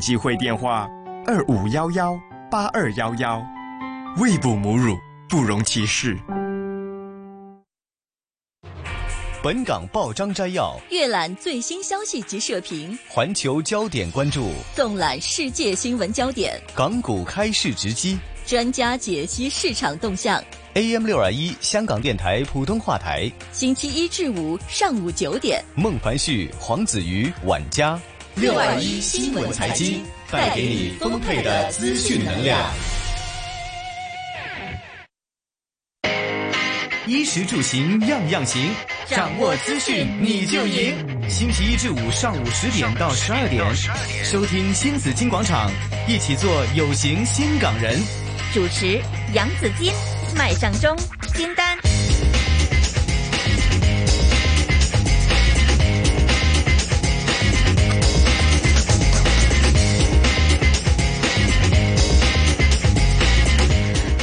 机会电话二五幺幺八二幺幺。未哺母乳不容歧视。本港报章摘要：阅览最新消息及社评，环球焦点关注，纵览世界新闻焦点，港股开市直击专家解析市场动向。 ，AM 六二一香港电台普通话台，星期一至五上午九点，孟凡旭、黄子瑜、晚佳， 621新闻财经带给你丰沛的资讯能量。衣食住行样样行，掌握资讯你就赢。星期一至五上午十点到十二点，收听新紫金广场，一起做有型新港人。主持杨子金、麦尚中、金丹。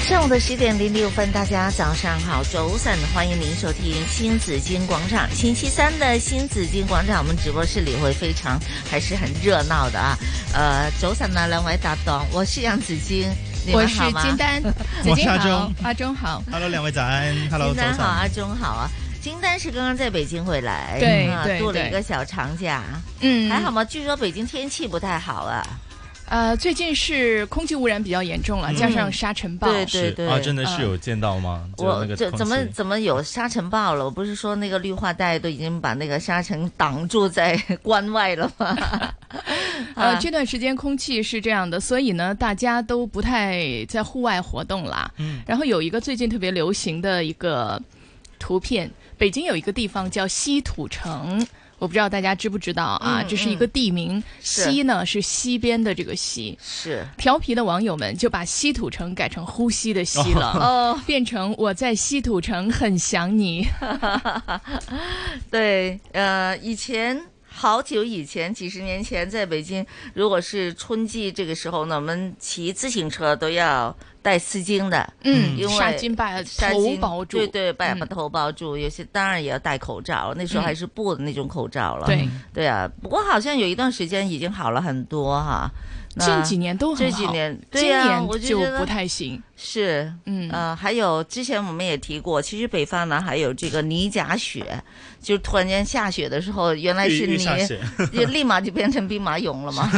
上午的十点零六分，大家早上好，周三欢迎您收听新紫金广场。星期三的新紫金广场，我们直播室里会非常还是很热闹的啊。呃，周三呢，两位搭档，我是杨紫金，你我们是好吗？金丹，紫我是金阿好忠，阿忠好。 Hello，两位早安，Hello，金早丹好，上。阿忠好啊。金丹是刚刚在北京回来，对啊对度了一对个小长假，嗯，还好。吗？据说北京天气不太好啊，呃，最近是空气污染比较严重了，加上沙尘嗯暴，对对是对啊，真的嗯是有见到吗？就我那个这空怎么气怎么有沙尘暴了？我不是说那个绿化带都已经把那个沙尘挡住在关外了吗？呃啊，这段时间空气是这样的，所以呢，大家都不太在户外活动啦。嗯然后有一个最近特别流行的一个图片，北京有一个地方叫西土城。我不知道大家知不知道啊，嗯这是一个地名。是西呢是西边的这个西，是调皮的网友们就把西土城改成呼吸的吸了。哦， 变成我在西 土城 很想你。嗯对，呃，以前好久以前，几十年前，在北京，如果是春季这个时候呢，我们骑自行车都要带丝巾的。嗯因为纱巾把纱头巾包住，对对，把嗯把头包住。有些当然也要戴口罩，那时候还是布的那种口罩了。对对啊，不过好像有一段时间已经好了很多哈。那近几年都很这好，几年，今对呀、年我就觉得不太行。是。嗯，呃，还有之前我们也提过，其实北方呢还有这个泥夹雪，就是突然间下雪的时候，原来是遇遇泥，上雪， 就立马就变成兵马俑了嘛。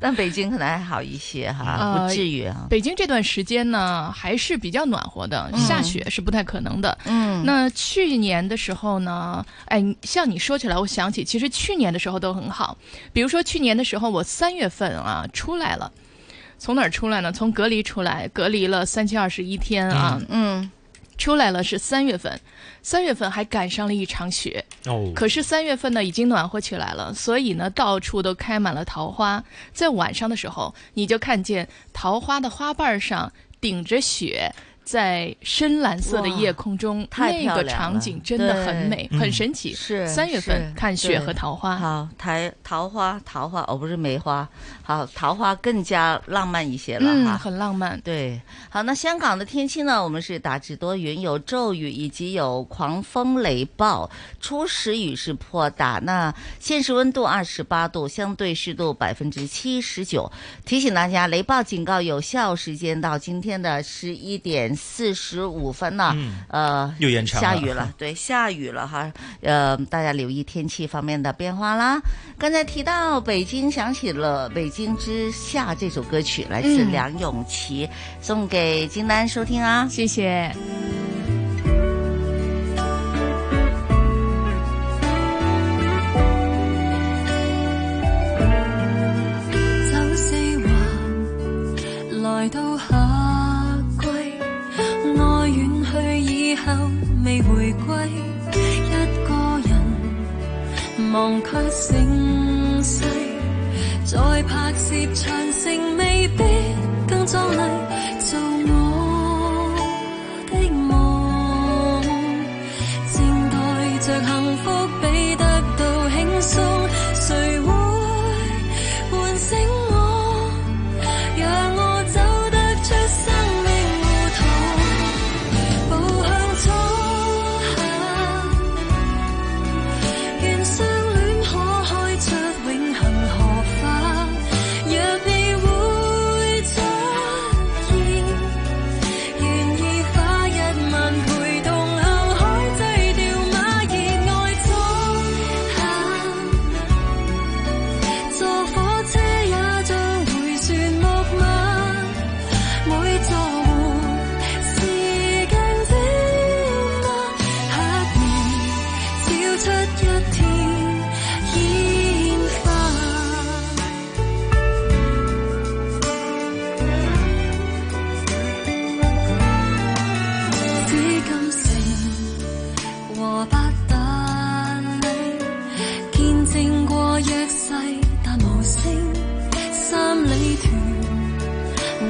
但北京可能还好一些哈，呃不至于啊。北京这段时间呢还是比较暖和的，下雪是不太可能的。嗯，那去年的时候呢，哎，像你说起来，我想起其实去年的时候都很好。比如说去年的时候，我三月份啊出来了，从哪儿出来呢？从隔离出来，隔离了三七二十一天啊。嗯出来了是三月份，三月份还赶上了一场雪，哦，可是三月份呢已经暖和起来了，所以呢到处都开满了桃花。在晚上的时候，你就看见桃花的花瓣上顶着雪。在深蓝色的夜空中，太那漂个亮场了景真的对很美，嗯很神奇。是三月份是看雪对和桃花，好，桃桃花，桃花哦，不是梅花，好，桃花更加浪漫一些了嗯，哈。很浪漫。对，好，那香港的天气呢？我们是大致多云，有骤雨，以及有狂风雷暴，初时雨势颇大。那现实温度二十八度，相对湿度百分之七十九。提醒大家，雷暴警告有效时间到今天的十一点四十五分呢。嗯，呃，又延长下 雨啊了，对，下雨了哈。呃，大家留意天气方面的变化啦。刚才提到北京，想起了《北京之下》这首歌曲，来自嗯梁咏琪，送给金丹收听啊。谢谢。走四環，來到夏季，我遠去以後未回歸，一個人望卻盛世，在拍攝長城未必更壯麗，做我的夢。靜待着幸福比得到輕鬆，誰會喚醒我，讓我走得出生命胡同，步向初夏。願相戀可開出永恆荷花，讓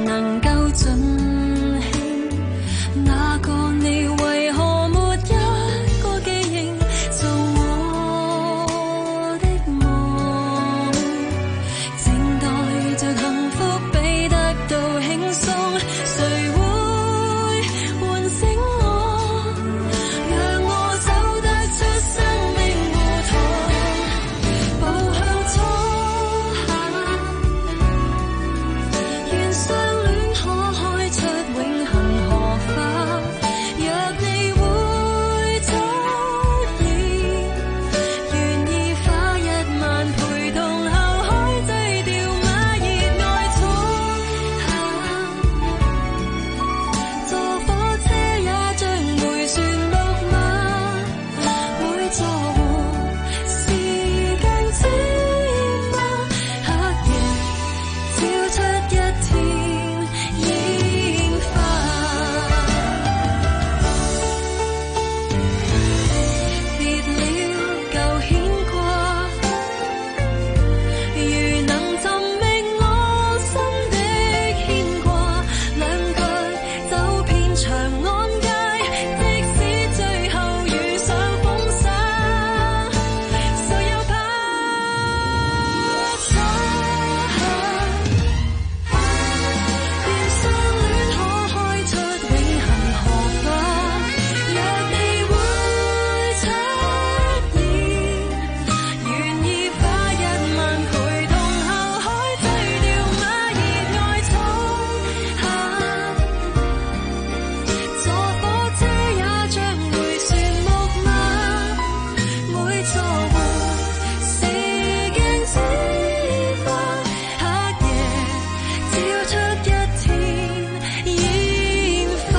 能夠盡興？那個你為何沒一個記認？做我的夢。靜待着幸福比得到輕鬆，誰會喚醒我？讓我走得出生命胡同，步向初夏。願相戀可開出永恆荷花，若你會早已。願意花一晚陪同後海醉掉那熱愛初夏，坐火車也像回旋木馬，每座湖是間之花，黑夜照出一天煙花。別了舊牽掛，如能尋覓我心的牽掛，兩句走遍長安街，即使最後遇上風沙，誰又怕差？願相戀可開出永恆荷花，若你會出現，願意花一晚陪同後海醉掉那熱愛初夏，坐火車也像回旋木馬，每座湖是鏡子花，黑夜。照出一天煙花。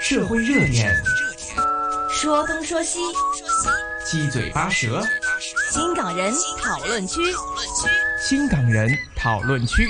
社会热点、说东说西，七嘴八舌，新港人讨论区。新港人讨论区。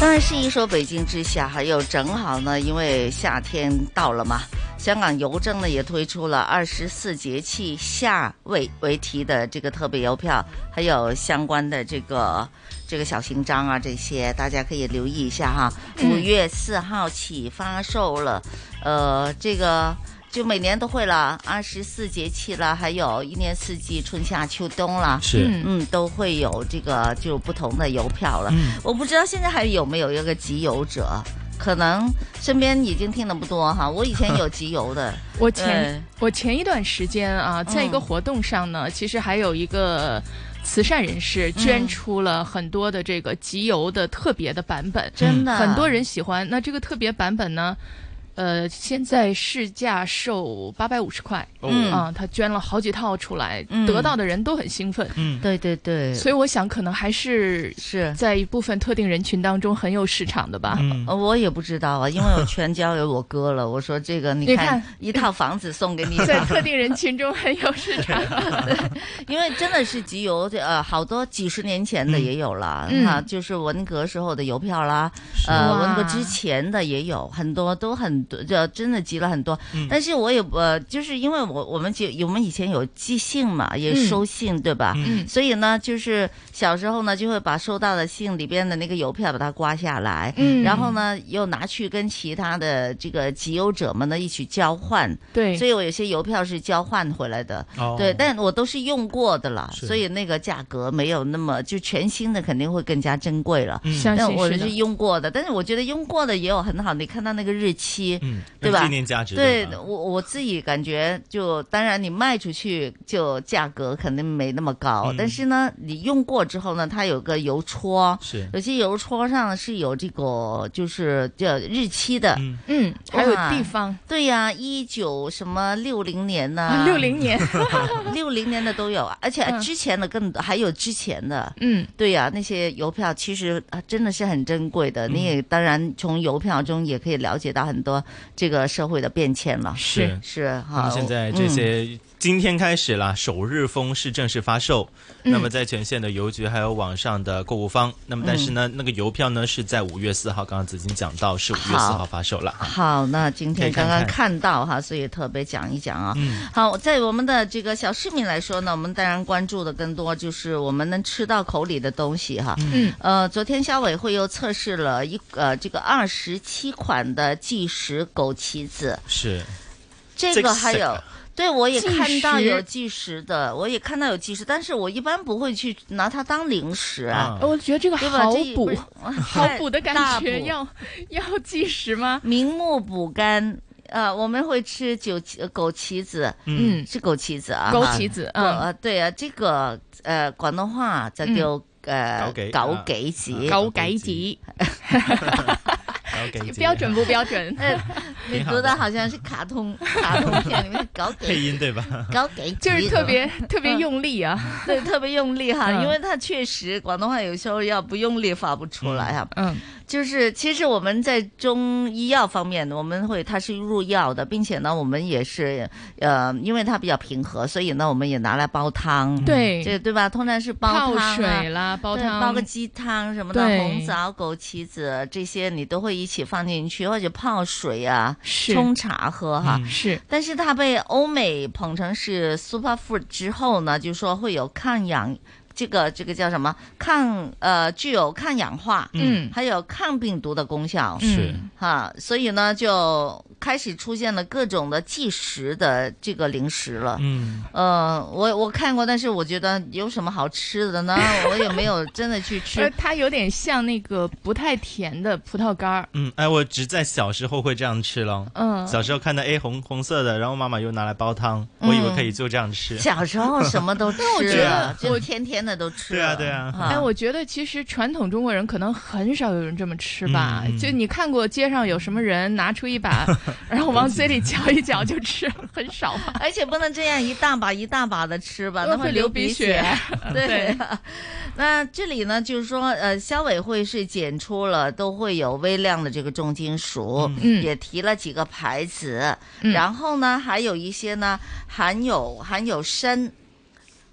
当然是一首《北京之夏》，还有正好呢，因为夏天到了嘛，香港邮政呢也推出了二十四节气夏为为题的这个特别邮票，还有相关的这个这个小型章啊，这些大家可以留意一下哈。五月四号起发售了，呃，这个。就每年都会了，二十四节气啦，还有一年四季，春夏秋冬啦，是嗯嗯，都会有这个就不同的邮票了。我不知道现在还有没有一个集邮者，可能身边已经听的不多哈。我以前有集邮的， 我前对我前一段时间啊，在一个嗯活动上呢，其实还有一个慈善人士捐嗯出了很多的这个集邮的特别的版本，真的很多人喜欢。那这个特别版本呢，呃，现在市价售八百五十块哦嗯啊，他捐了好几套出来，嗯得到的人都很兴奋。嗯，对对对，所以我想，可能还是是。在一部分特定人群当中很有市场的吧。嗯呃，我也不知道啊，因为我全交给我哥了。我说这个，你你看看一套房子送 给你在吧，特定人群中很有市场，因为真的是集邮，这呃，好多几十年前的也有了，嗯哈，就是文革时候的邮票啦，是呃，哇文革之前的也有很多，都很多，这真的集了很多。但是我也呃，就是因为我我们就我们以前有寄信嘛，也嗯收信、对吧？嗯所以呢，就是小时候呢，就会把收到的信里边的那个邮票把它刮下来，嗯然后呢，又拿去跟其他的这个集邮者们呢一起交换。对，所以我有些邮票是交换回来的，哦对，但我都是用过的了，是所以那个价格没有那么就全新的肯定会更加珍贵了。相嗯但信我是的是用过的，但是我觉得用过的也有很好，你看到那个日期，西，嗯，对吧纪念价值对吧我我自己感觉就，当然你卖出去就价格肯定没那么高，嗯但是呢，你用过之后呢，它有个邮戳，是有些邮戳上是有这个就是叫日期的。嗯嗯，还有哇地方啊对呀、一九什么六零年呐、六零年， 六零年的都有，啊而且嗯之前的更多，还有之前的，嗯，对呀、那些邮票其实啊真的是很珍贵嗯的。你也当然从邮票中也可以了解到很多这个社会的变迁了。是。是嗯那哈，么现在这些今天开始啦，首日封是正式发售。嗯那么在全县的邮局还有网上的购物方。那么但是嗯呢，那个邮票呢是在五月四号，刚刚紫金讲到是五月四号好发售了嗯。啊。 好，那今天刚可以刚看看看到哈，所以特别讲一讲啊。嗯，好，在我们的这个小市民来说呢，我们当然关注的更多就是我们能吃到口里的东西哈。嗯，呃，昨天消委会又测试了一呃这个二十七款的即食枸杞子，是这个还即食有啊。对，我也即看到有食即食的，我也看到有即食，但是我一般不会去拿它当零食啊，啊，哦我觉得这个对吧？好这一补不，是好补的大感觉，补要要计时吗？明目补肝。呃，我们会吃九呃枸杞子，嗯，嗯，是枸杞子啊，枸哈杞子，枸嗯，呃，对啊，这个呃广东话就嗯叫呃枸杞啊枸杞子，枸杞子，然后给 标准不标 准？呃你挺好读的的好像是 卡通卡通片里面枸 配杞音对吧？枸杞子，就是 特别特别用力啊，嗯对特别用力哈，嗯因为它确实广东话有时候要不用力发不出来哈。嗯就是其实我们在中医药方面，我们会它是入药的，并且呢，我们也是呃，因为它比较平和，所以呢，我们也拿来煲汤，对，这对吧？通常是煲泡汤、啊、水啦，煲对汤，煲个鸡汤什么的，对红枣、枸杞子这些你都会一起放进去，或者泡水啊，是冲茶喝哈。嗯是，但是它被欧美捧成是 super food 之后呢，就说会有抗氧，这个这个叫什么抗呃，具有抗氧化，嗯还有抗病毒的功效。是嗯哈，所以呢，就开始出现了各种的即食的这个零食了。嗯，呃，我我看过，但是我觉得有什么好吃的呢？我也没有真的 去呃，吃。它有点像那个不太甜的葡萄干儿， 嗯，哎，我只在小时候会这样吃咯。嗯，小时候看到哎红红色的，然后妈妈又拿来煲汤，我以为可以就这样吃。嗯小时候什么都吃我觉了得，就天天的都吃啊对啊了。对啊哈哎，我觉得其实传统中国人可能很少有人这么吃吧。嗯嗯就你看过街上有什么人拿出一 把，然后往嘴里嚼一嚼就吃，很少吧？ 而且不能这样一大把一大把的吃吧，那 会流流鼻血 血。对，那这里呢，就是说，呃，消委会是检出了都会有微量的这个重金属，嗯也提了几个牌子，嗯然后呢，还有一些呢含有含有砷。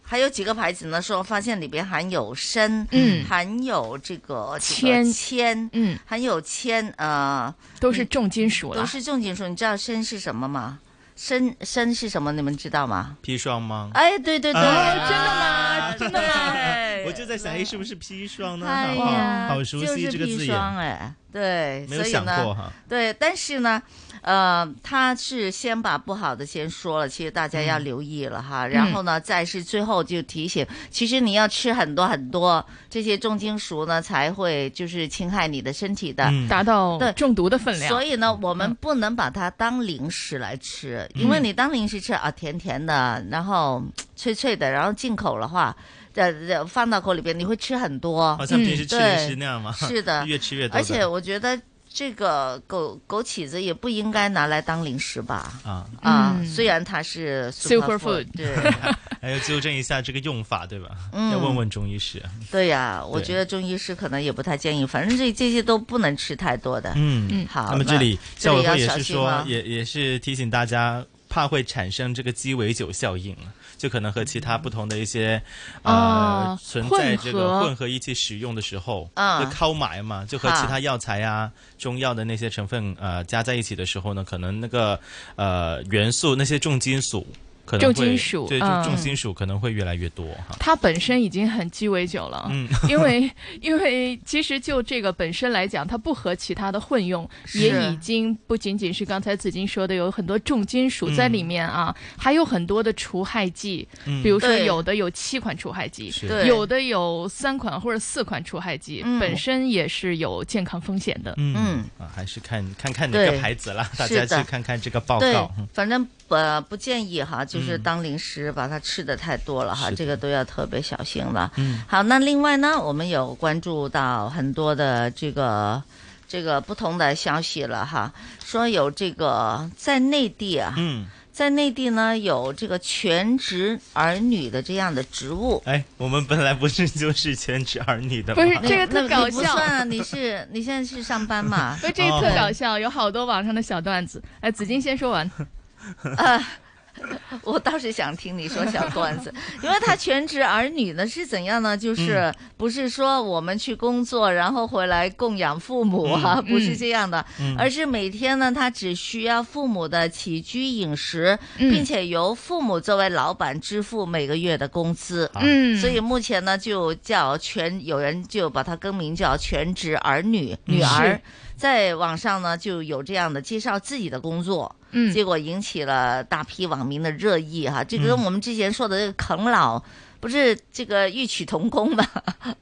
还有几个牌子呢，说发现里边含有砷，嗯含有这个这个铅铅，嗯，含有铅，呃，都是重金属都了。是重金属。你知道砷是什么吗？砷砷是什么？你们知道吗？ 砒霜吗？哎，对对对，啊哦真的吗真的吗对我就在想，哎，是不是砒霜呢？哎好呀，好熟悉这个就是字眼，砒霜哎，对，没有所以想过呢，哈。对，但是呢，呃，他是先把不好的先说了，其实大家要留意了嗯哈，然后呢，再是最后就提醒，其实你要吃很多很多这些重金属呢，才会就是侵害你的身体的。嗯，达到对中毒的分量，所以呢，我们嗯不能把它当零食来吃，嗯因为你当零食吃啊，甜甜的，然后嘖脆脆的，然后进口的话，呃，呃放到口里边你会吃很多 好。像平时吃嗯对零食那样嘛。是的 越吃越多的。而且我觉得这个枸枸杞子也不应该拿来当零食吧？啊，啊，嗯虽然它是 Super superfood， food 对， 还要纠正一下这个用法，对吧？嗯要问问中医师。对呀、我对觉得中医师可能也不太建议，反正这这些都不能吃太多的。嗯嗯好，那么这里这消里委要会也小是心啊说了，也也是提醒大家，怕会产生这个鸡尾酒效应，就可能和其他不同的一些呃哦存在这个混合混合一起使用的时候，嗯就靠埋嘛，就和啊其他药材啊、中药的那些成分呃加在一起的时候呢，可能那个呃元素那些重金属。可能重会金属对，就嗯重金属可能会越来越多哈。它本身已经很鸡尾酒了，嗯 因为因为其实就这个本身来讲，它不和其他的混用，也已经不仅仅是刚才紫金说的有很多重金属在里面啊，还有很多的除害剂，嗯比如说对有的有七款除害剂，是对有的有三款或者四款除害剂，嗯本身也是有健康风险的。嗯嗯啊，还是看看看哪个对牌子啦，大是家的去看看这个报对告。嗯，反正呃不建议哈，就是嗯当零食把它吃的太多了哈，是的这个都要特别小心了。嗯，好，那另外呢，我们有关注到很多的这个这个不同的消息了哈，说有这个在内地啊，嗯，在内地呢有这个全职儿女的这样的职务。哎，我们本来不是就是全职儿女的不吗？是这个那特搞你不笑算啊！你是你现在是上班嘛？所以这个哦特搞笑，有好多网上的小段子。哎，紫金 先说完，呃我倒是想听你说小段子，因为他全职儿女呢是怎样呢？嗯就是不是说我们去工作，然后回来供养父母啊，不是这样的，嗯而是每天呢，他只需要父母的起居饮食，嗯并且由父母作为老板支付每个月的工资。啊嗯，所以目前呢，就叫全有人就把它更名叫全职儿女嗯女儿是，在网上呢就有这样的介绍自己的工作，嗯结果引起了大批网民的热议哈。这个嗯跟我们之前说的这个啃老。不是这个异曲同工吧？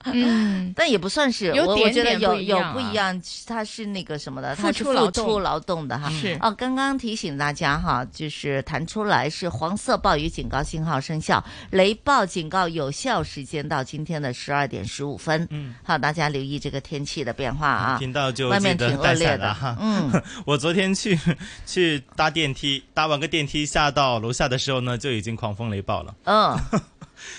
嗯但也不算 是，有我点我觉得点有不一有样不啊一样，它是那个什么的，付它是出付出劳动劳动的哈。是哦，刚刚提醒大家哈，就是弹出来是黄色暴雨警告信号生效，雷暴警告有效时间到今天的十二点十五分。嗯，好，大家留意这个天气的变化啊。听到就外记面挺得恶带劣伞的了哈，。嗯， 我昨天去去搭电梯，搭完个电梯下到楼下的时候呢，就已经狂风雷暴了， 嗯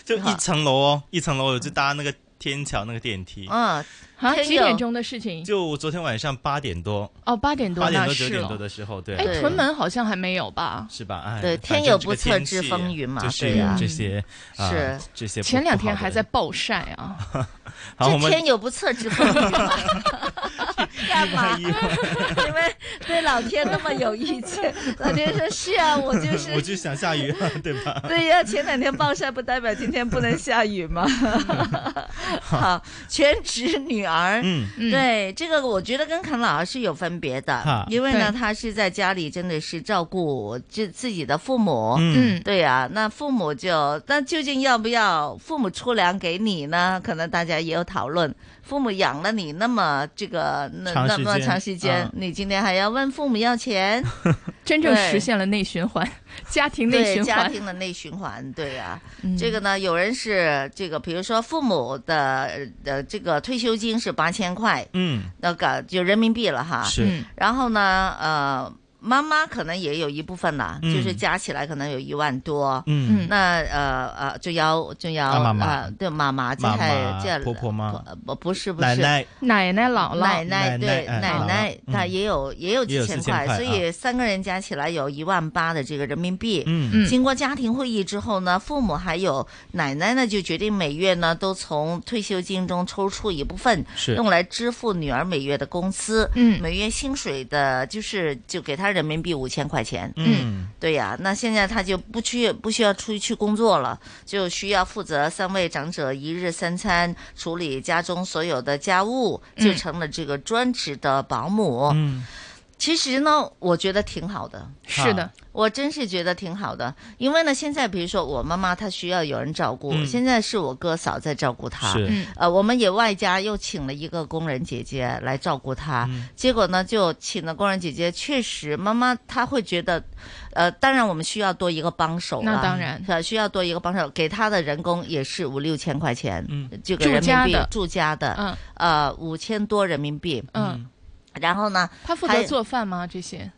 就一层楼哦，一层楼我就搭那个天桥那个电梯，嗯，啊，天几佑点钟的事情？就昨天晚上八点多，哦，八点多八点那多是九点多了。的时候，对哎，啊，对屯门好像还没有吧？是吧？哎，对反天正有这不个测天之气风云嘛就是对有呀这些啊是这些不。前两不好天的还在暴晒啊， 好，我这们天有不测之风云 嘛。干嘛？意外 你们对老天那么有意见？老天说是啊，我就是 我就想下雨了，对 吧？对呀，前两天暴晒不代表今天不能下 雨嘛。好，全职女儿。嗯，嗯对这个，我觉得跟啃老还是有分别的哈，因为呢，对她是在家里真的是照顾自自己的父母，嗯嗯，对呀、那父母就，那究竟要不要父母出粮给你呢？可能大家也有讨论。父母养了你那么这个那长那时么间长时间，嗯你今天还要问父母要钱， 真正对实现了内循环，家庭内对循家环。庭的内循环，对啊呀、嗯这个呢，有人是这个，比如说父母的呃这个退休金是八千块，嗯，那个就人民币了哈。是，嗯然后呢，呃，妈妈可能也有一部分啦，嗯就是加起来可能有一万多。嗯嗯那呃呃，仲有仲有啊嫲嫲呃，对嫲嫲，即嫲係嫲即係婆婆嗎呃不不是不奶是，奶，奶奶姥奶姥，奶奶对奶奶嗯奶，嗯她也有也有也几有千4000块，块啊所以三个人加起来有一万八的这个人民币。嗯经过家庭会议之后嗯呢，父母还有奶奶呢，就决定每月呢都从退休金中抽出一部分，是用来支付女儿每月的工资。嗯每月薪水的，就是就给她人民币五千块钱。嗯对呀、那现在她就不去不需要出去工作了，就需要负责三位长者一日三餐，处理家中所有的家务，就嗯成了这个专职的保姆。嗯，其实呢，我觉得挺好的。是的，我真是觉得挺好的，因为呢，现在比如说我妈妈她需要有人照顾，嗯现在是我哥嫂在照顾她，是，嗯呃，我们也外加又请了一个工人姐姐来照顾她，嗯结果呢，就请了工人姐姐，确实妈妈她会觉得，呃，当然我们需要多一个帮手啦那当然是吧需要多一个帮手，给她的人工也是五六千块钱，嗯，这个人住民家币的住家的，嗯呃，五千多人民币，嗯，然后呢，他负还责做饭吗？这些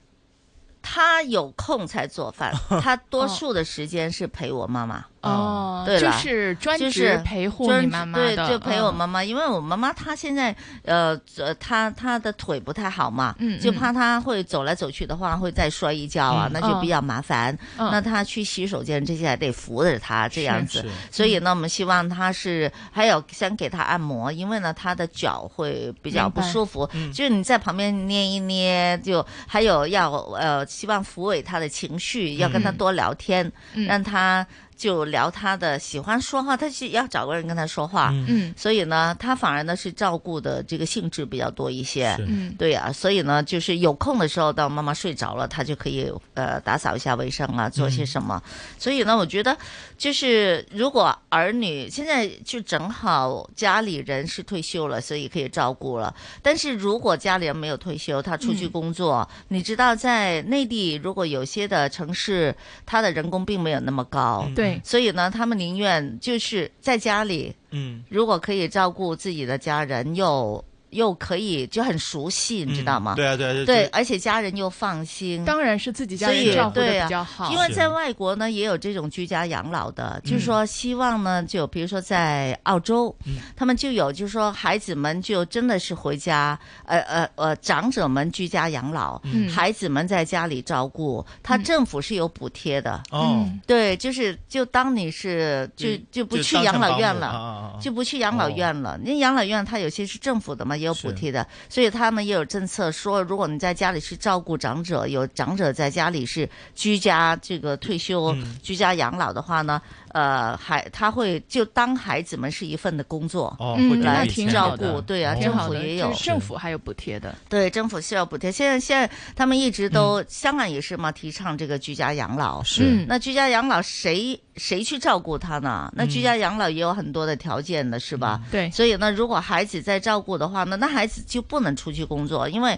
他有空才做饭，他多数的时间是陪我妈妈。哦，对就了是专就是职陪护专你妈妈对，的，就陪嗯我妈妈，因为我妈妈她现在呃呃，她她的腿不太好嘛，嗯就嗯怕她会走来走去的话会再摔一跤啊，嗯那就比较麻烦。嗯那她去洗手间这些还得扶着她这样子是，所以呢，我们希望她是还有先给她按摩，因为呢她的脚会比较明不白嗯舒服，就是你在旁边捏一捏，就还有要呃希望抚慰她的情绪，要跟她嗯多聊天，嗯让她。就聊她的喜欢说话，她是要找个人跟她说话，嗯嗯所以呢，她反而呢是照顾的这个性质比较多一些。是嗯对啊，所以呢，就是有空的时候，当妈妈睡着了，她就可以呃打扫一下卫生啊，做嗯些什么。所以呢，我觉得就是如果儿女现在就正好家里人是退休了，所以可以照顾了。但是如果家里人没有退休，他出去嗯工作，你知道在内地，如果有些的城市，他的人工并没有那么高，嗯对，所以呢，他们宁愿就是在家里。嗯如果可以照顾自己的家人，又又可以就很熟悉，你知道吗？对啊，对啊，就对，而且家人又放心。当然是自己家所以人照顾对的啊比较好，因为在外国呢，也有这种居家养老的，就是说希望呢，就比如说在澳洲，嗯他们就有，就是说孩子们就真的是回家，呃呃呃，长者们居家养老，嗯孩子们在家里照顾，他嗯政府是有补贴的，哦，嗯对，就是就当你是就就不去当养成保老姆院了，啊啊啊哦就不去养老院了。那、养老院它有些是政府的嘛，也有补是贴的，所以他们也有政策说，如果你在家里是照顾长者，有长者在家里是居家这个退休、嗯居家养老的话呢，呃，还他会就当孩子们是一份的工作。哦，嗯会给那你挺钱好的的照顾对啊哦挺政好府的，也就有是政府还有补贴的，嗯对，政府是要补贴。现在现在他们一直都、香港也是嘛，提倡这个居家养老。是，那居家养老谁谁去照顾他呢？那居家养老也有很多的条件的，是吧？嗯对，所以呢，如果孩子在照顾的话呢，那孩子就不能出去工作，因为。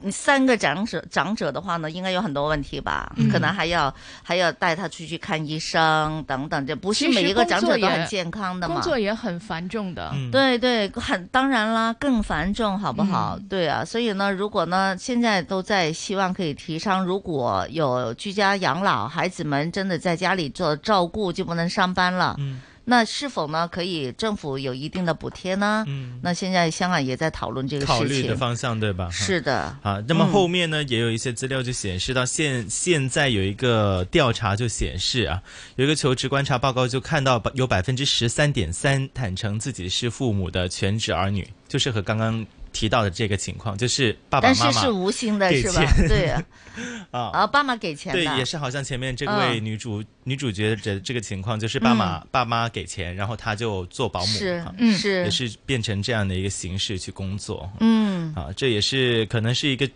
你三个长者长者的话呢，应该有很多问题吧？嗯可能还要还要带他出去看医生等等，这不是其实每一个长者工都作很也健康的嘛工？作也很繁重的，嗯，对对，很当然啦，更繁重，好不嗯好？嗯对啊，所以呢，如果呢，现在都在希望可以提倡，如果有居家养老，孩子们真的在家里做照顾，就不能上班了。嗯那是否呢？可以政府有一定的补贴呢？嗯，那现在香港也在讨论这个考事虑的情，方向对吧？哈是的，啊，那么后面呢，也有一些资料就显示到现现在有一个调查就显示啊，有一个求职观察报告就看到有百分之十三点三坦诚自己是父母的全职儿女，就是和刚刚提到的这个情况，就是爸爸但妈是是妈无心的，给是吧？ 对啊， 啊啊，爸妈给钱的，对，也是好像前面这位嗯女主、女主角的这个情况，就是爸妈、爸妈给钱，然后她就做保姆，是啊、嗯也是是变成这样的一个形式去工作嗯，啊，这也是可能是一个。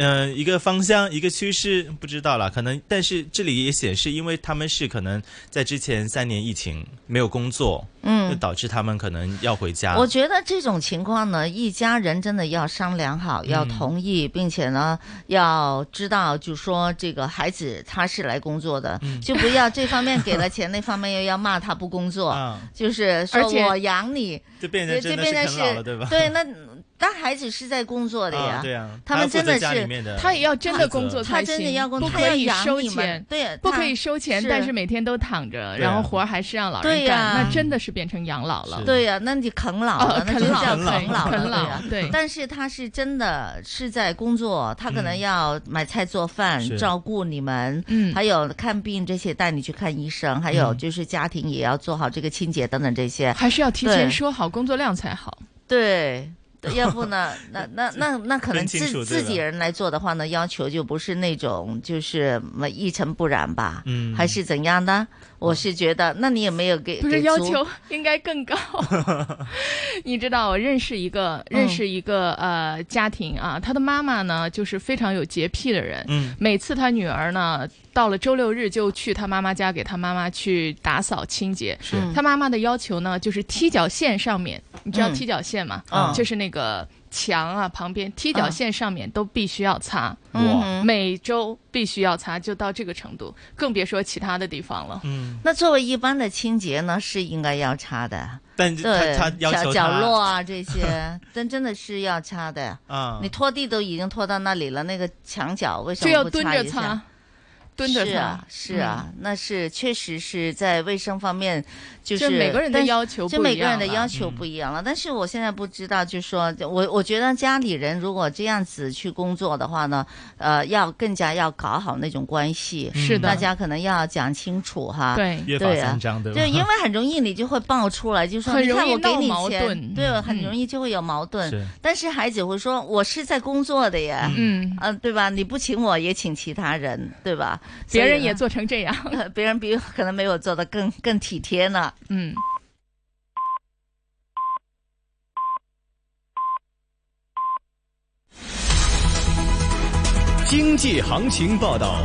嗯、一个方向，一个趋势，不知道啦，可能，但是这里也显示，因为他们是可能在之前三年疫情没有工作，嗯就导致他们可能要回家。我觉得这种情况呢，一家人真的要商量好，嗯要同意，并且呢，要知道，就说这个孩子他是来工作的，嗯就不要这方面给了钱，那方面又要骂他不工 作，啊，就是说而且我养你，呃就变成这真这的边啃老了，对吧？对，那但孩子是在工作的呀，啊，对啊，他们负责真的家是里面的他也要真的工作他才行，真的要工不作，他可要以养收你们钱。对，不他可以。收钱，是但是每天都躺着，对啊然后活儿还是让老人对呀干，那真的是变成养老了是。对呀、那你啃老哦了，那就啃老叫对啃老了，啃对老呀、对但是他是真的是在工作，他可能嗯要买菜做饭，是照顾你们，嗯还有看病这些，带你去看医生，还有就是家庭也要做好这个清洁等等这些。还是要提前对说好工作量才好。对。对要 不呢？那那那那可能分清楚对自自了己人来做的话呢，要求就不是那种就是呃一尘不染吧，嗯还是怎样呢？我是觉得，那你也没有给不是给要足求应该更高。你知道，我认识一个认识一个、呃家庭啊，他的妈妈呢就是非常有洁癖的人，嗯每次他女儿呢到了周六日就去他妈妈家给他妈妈去打扫清洁。是嗯他妈妈的要求呢就是踢脚线上面，你知道嗯踢脚线吗？嗯就是那个墙啊旁边踢脚线上面都必须要擦，嗯我哼每周必须要擦，就到这个程度，更别说其他的地方了。嗯，那作为一般的清洁呢，是应该要擦的，但是对，他他要角求角他落啊这些，但真的是要擦的。 啊，你拖地都已经拖到那里了，那个墙角为什就要么不蹲擦着一下擦？，嗯蹲着是它啊，是啊，那是确实是在卫生方面，就是每个人的但是要求就不每一个人的样要了嗯求不一样了。但是我现在不知道，就说我我觉得家里人如果这样子去工作的话呢，呃，要更加要搞好那种关系，是的大家可能要讲清楚哈。。对，约法对啊三章，对吧？对，因为很容易你就会爆出来，就说很你容看易我给闹你矛钱，盾对，很嗯容易就会有矛是盾。但是孩子会说，我是在工作的耶，嗯，嗯，对吧？你不请我也请其他人，对吧？别人所以也呢做成这样，呃 别人比可能没有做的更更体贴呢。嗯。经济行情报道。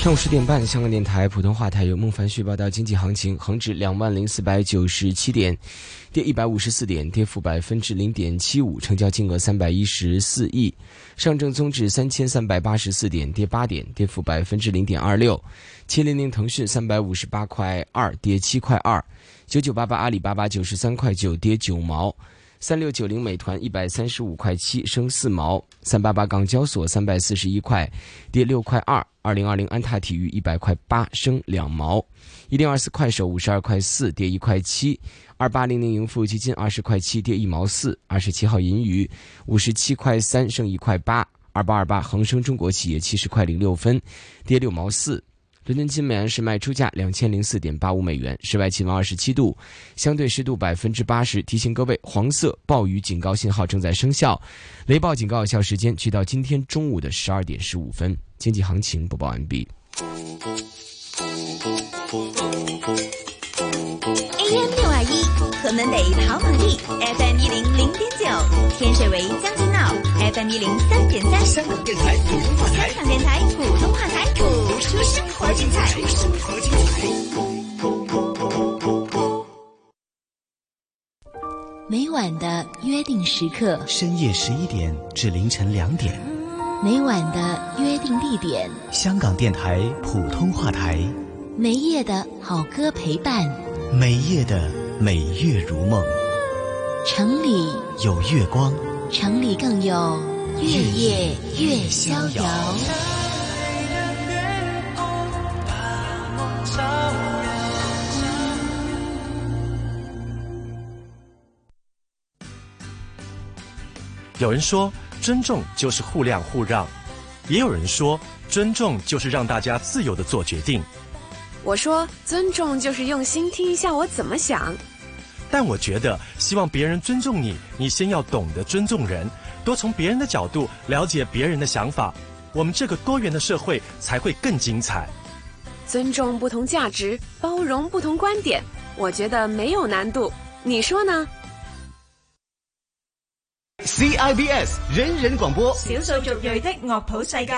上午十点半，香港电台普通话台由孟凡旭报道经济行情：恒指两万零四百九十七点，跌一百五十四点，跌幅百分之零点七五，成交金额三百一十四亿；上证综指三千三百八十四点，跌八点，跌幅百分之零点二六；七零零腾讯三百五十八块二，跌七块二；九九八八阿里巴巴九十三块九，跌九毛。三六九零美团一百三十五块七升四毛，三八八港交所三百四十一块，跌六块二；二零二零安踏体育一百块八升两毛，一零二四快手五十二块四跌一块七，二八零零盈富基金二十块七跌一毛四，二十七号银娱五十七块三升一块八，二八二八恒生中国企业七十块零六分跌六毛四。伦敦金美安市卖出价两千零四点八五美元，室外气温二十七度，相对湿度百分之八十。提醒各位，黄色暴雨警告信号正在生效，雷暴警告有效时间去到今天中午的十二点十五分。经济行情播报完毕。 AM 六二一，河门北跑马地，FM 一零零点九，天水围将军澳，FM 一零三点三。香港电台普通话台，香港电台普通话台，播出生活精彩。每晚的约定时刻，深夜十一点至凌晨两点，每晚的约定地点，香港电台普通话台，每夜的好歌陪伴，每夜的美月如梦，城里有月光。城里更有月夜月逍遥。有人说，尊重就是互谅互让；也有人说，尊重就是让大家自由的做决定。我说，尊重就是用心听一下我怎么想。但我觉得，希望别人尊重你，你先要懂得尊重人，多从别人的角度了解别人的想法。我们这个多元的社会才会更精彩。尊重不同价值，包容不同观点，我觉得没有难度。你说呢？ CIBS 人人广播，少數族裔的樂譜世界，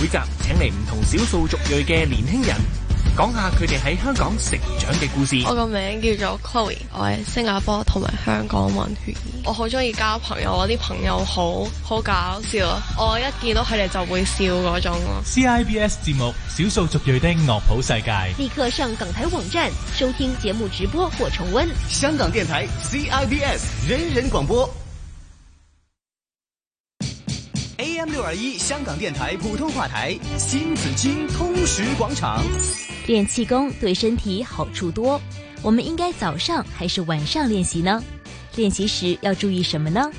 每集請嚟唔同少數族裔嘅年輕人，講下佢哋喺香港成長嘅故事。我個名叫做 Chloe，我係新加坡同埋香港混血兒。我好中意交朋友，我啲朋友好好搞笑啊！我一見到佢哋就會笑嗰種咯。 CIBS 節目《少數族裔的樂譜世界》。立刻上港台网站收听节目直播或重温。香港电台 CIBS 人人广播。AM 六二一，香港电台普通话台，新紫金通识广场。练气功对身体好处多，我们应该早上还是晚上练习呢？练习时要注意什么呢？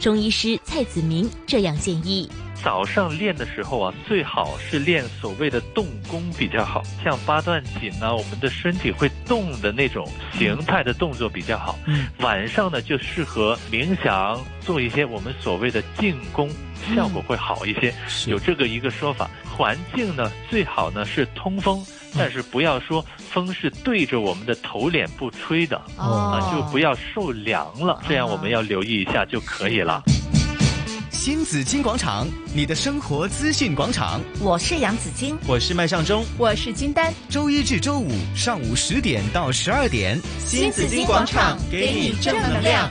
中医师蔡子明这样建议。早上练的时候啊，最好是练所谓的动功比较好，像八段锦啊，我们的身体会动的那种形态的动作比较好。嗯晚上呢，就适合冥想，做一些我们所谓的静功，效果会好一些。有这个一个说法。环境呢，最好呢是通风，但是不要说风是对着我们的头脸部吹的、哦啊，就不要受凉了。这样我们要留意一下就可以了。新紫金广场，你的生活资讯广场。我是杨子晶，我是麦尚中，我是金丹。周一至周五上午十点到十二点，新紫荆广场给你正能量。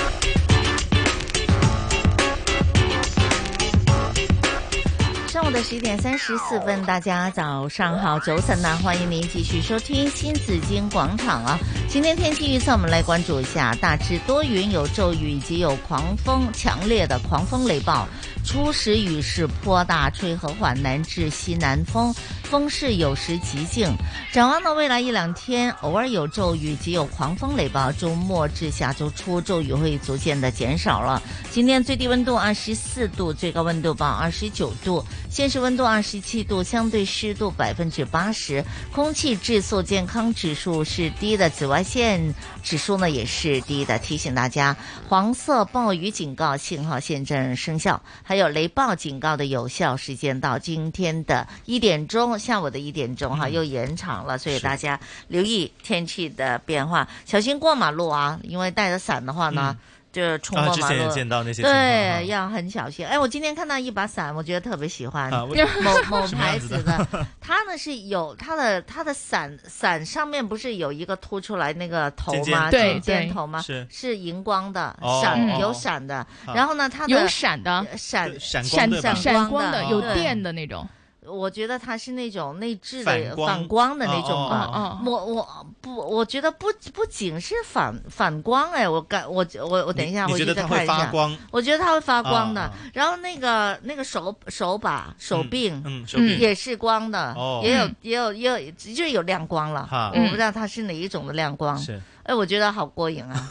上午的十一点三十四分，大家早上好，早晨呐，欢迎您继续收听新紫金广场啊。今天天气预测，我们来关注一下，大致多云，有骤雨以及有狂风，强烈的狂风雷暴，初时雨势颇大，吹和缓南至西南风，风势有时极劲。展望呢，未来一两天偶尔有骤雨及有狂风雷暴，周末至下周初骤雨会逐渐的减少了。今天最低温度二十四度，最高温度报二十九度。现实温度二十七度，相对湿度百分之八十，空气质素健康指数是低的，紫外线指数呢也是低的。提醒大家，黄色暴雨警告信号现正生效，还有雷暴警告的有效时间到今天的一点钟，下午的一点钟哈、嗯又延长了，所以大家留意天气的变化，小心过马路啊，因为带着伞的话呢。就是冲啊过之马前也路，见到那些情况哈对，要很小心。哎，我今天看到一把伞，我觉得特别喜欢，啊某为什么某什么牌样子子的的，它呢是有它的它的伞伞上面不是有一个凸出来那个头尖尖吗？对尖尖对头吗？是荧光的哦闪哦有哦闪的，啊然后呢它的有闪的呃闪闪光闪的吧闪闪光的有电的那种。我觉得它是那种内置的反光反光的那种吧，哦哦我我不，我觉得不不仅是反反光哎，我感我我我等一下你回觉去得再它看会一下，发光我觉得它会发光的。啊然后那个那个手手把手柄，嗯手柄也是光的，哦也有嗯也有也有就有亮光了哈，我不知道它是哪一种的亮光。是哎，我觉得好过瘾 啊！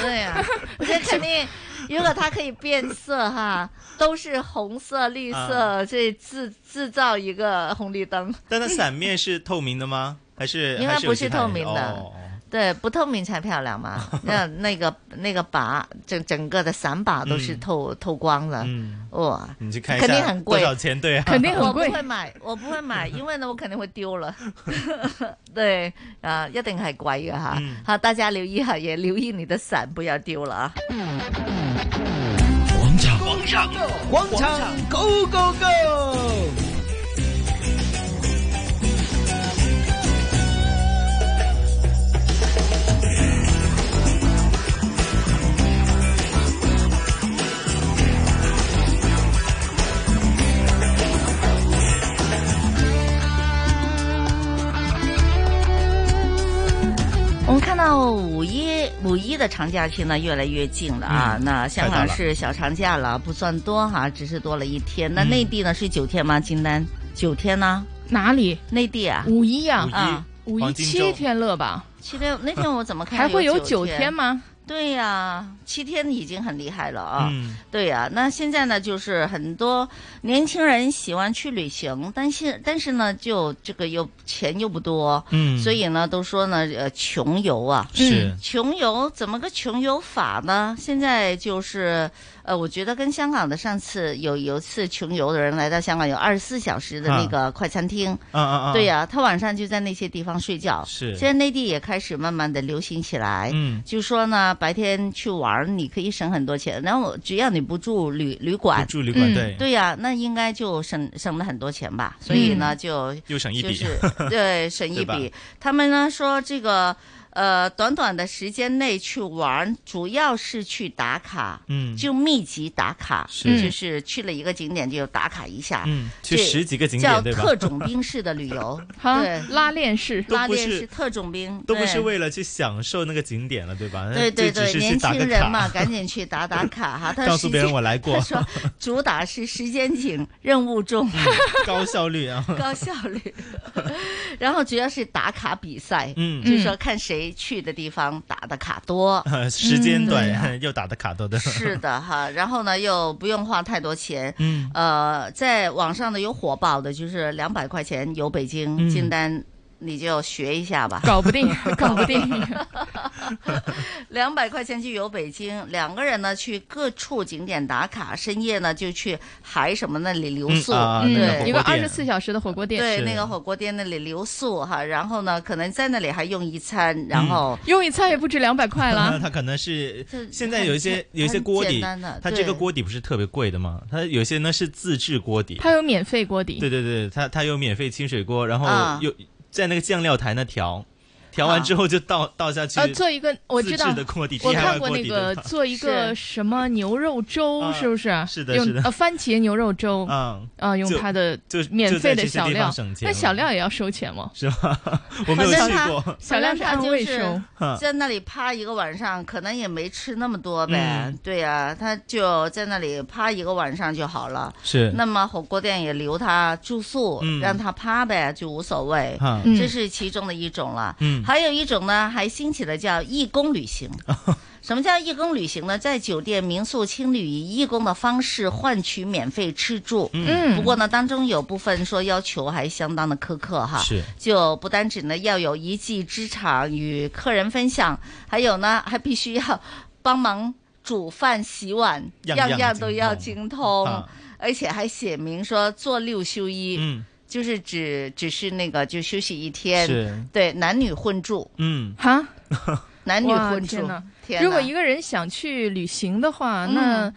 对呀、啊，我觉得肯定，如果它可以变 色哈，都是红色、绿色，这、制制造一个红绿灯。啊但它伞面是透明的吗？还是应该还是有不其是他透明的哦 对，不透明才漂 亮嘛。那那个那个把整整个的伞把都是嗯透、透光了，嗯哇，你去看一下肯定很贵，多少钱对啊肯定很贵我不会买，我不会买，因为呢，我肯定会丢了。 对，啊，一定系贵嘅哈。嗯好，大家留意哈，也留意你的伞，不要丢了啊。广场，广场，广场，Go Go Go！我们看到五一五一的长假期呢越来越近了啊，嗯那香快港到了是小长假了，不算多哈，只是多了一天。那嗯内地呢是九天吗？金丹九天呢？哪里？内地啊？五一啊，啊，五一七天乐吧？七天那天我怎么看还会有九九天吗？对呀、七天已经很厉害了啊。嗯，对呀、那现在呢，就是很多年轻人喜欢去旅行，但是但是呢，就这个又钱又不多，嗯所以呢，都说呢，呃，穷游啊，是嗯穷游怎么个穷游法呢？现在就是呃，我觉得跟香港的上次有有一次穷游的人来到香港，有二十四小时的那个快餐厅，嗯嗯嗯对呀、他晚上就在那些地方睡觉。是现在内地也开始慢慢的流行起来。嗯就说呢，白天去玩儿你可以省很多钱，然后只要你不住旅旅馆，不住旅馆嗯对对呀、那应该就省省了很多钱吧。所以呢，嗯就又省一笔就是 对，省一对吧笔。他们呢说这个。呃，短短的时间内去玩，主要是去打卡，嗯就密集打卡，是就是去了一个景点就打卡一下，嗯去这十几个景点叫对吧特种兵式的旅 游对，拉链式，拉不练是是特种兵，都不对是为了去享受那个景点了，对吧？对对就只是对，去年打轻个人卡嘛，赶紧去打打卡 哈。他告时诉别人间我来过 他说主打是时 间紧，任务重， 高效率啊，高效率。 然后主要是打卡比赛，嗯，就是说看谁去的地方打的卡多 时间嗯对啊短 又打的卡多的，是 的哈，然后呢又不用花太多钱，嗯。呃，在网上呢有火爆的，就是两百块钱游北京嗯金丹，你就学一下吧，搞 不定，搞不定。两百块钱去游北京，两个人呢去各处景点打卡，深夜呢就去海什么那里留宿，对，一嗯啊个二十四小时的火锅店，对那个火锅店那里留宿哈，然后呢可能在那里还用一餐，然后、用一餐也不止两百块了 它可能是这现在有一些很有一些锅很底简单的，它这个对锅底不是特别贵的嘛，它有些呢是自制锅底，它有免费锅底，对对对，它它有免费清水锅，然后啊又在那个酱料台那调。调啊完之后就倒倒下去。呃，做一个我知道自制的锅底，我 DIY 看过锅那底个的汤做一个什么牛肉粥，啊是不是？是的用是的呃番茄牛肉粥，嗯啊，用就它的就免就在费的这些小地料方省，钱了那小料也要收钱吗？是吗？ 我没有反去正他过。小亮是他按就位是收嗯在那里趴一个晚上，可能也没吃那么多呗。嗯对呀、他就在那里趴一个晚上就好了。是那么火锅店也留他住宿，嗯让他趴呗，就无所谓。啊嗯这是其中的一种了。嗯还有一种呢，还兴起了叫义工 旅行。什么叫义工旅行呢？在酒店、民宿、青旅以义工的方式换取免费吃住。嗯不过呢，当中有部分说要求还相当的苛刻哈。是就不单指呢要有一技之长与客人分享，还有呢还必须要帮忙煮饭、洗碗，样样样都精要通精通，啊而且还写明说做六休一。嗯。就是只只是那个就休息一天，是对男女混住，嗯，哈，男女哇混天住哪。天如果哪一个人想去旅行的话，嗯那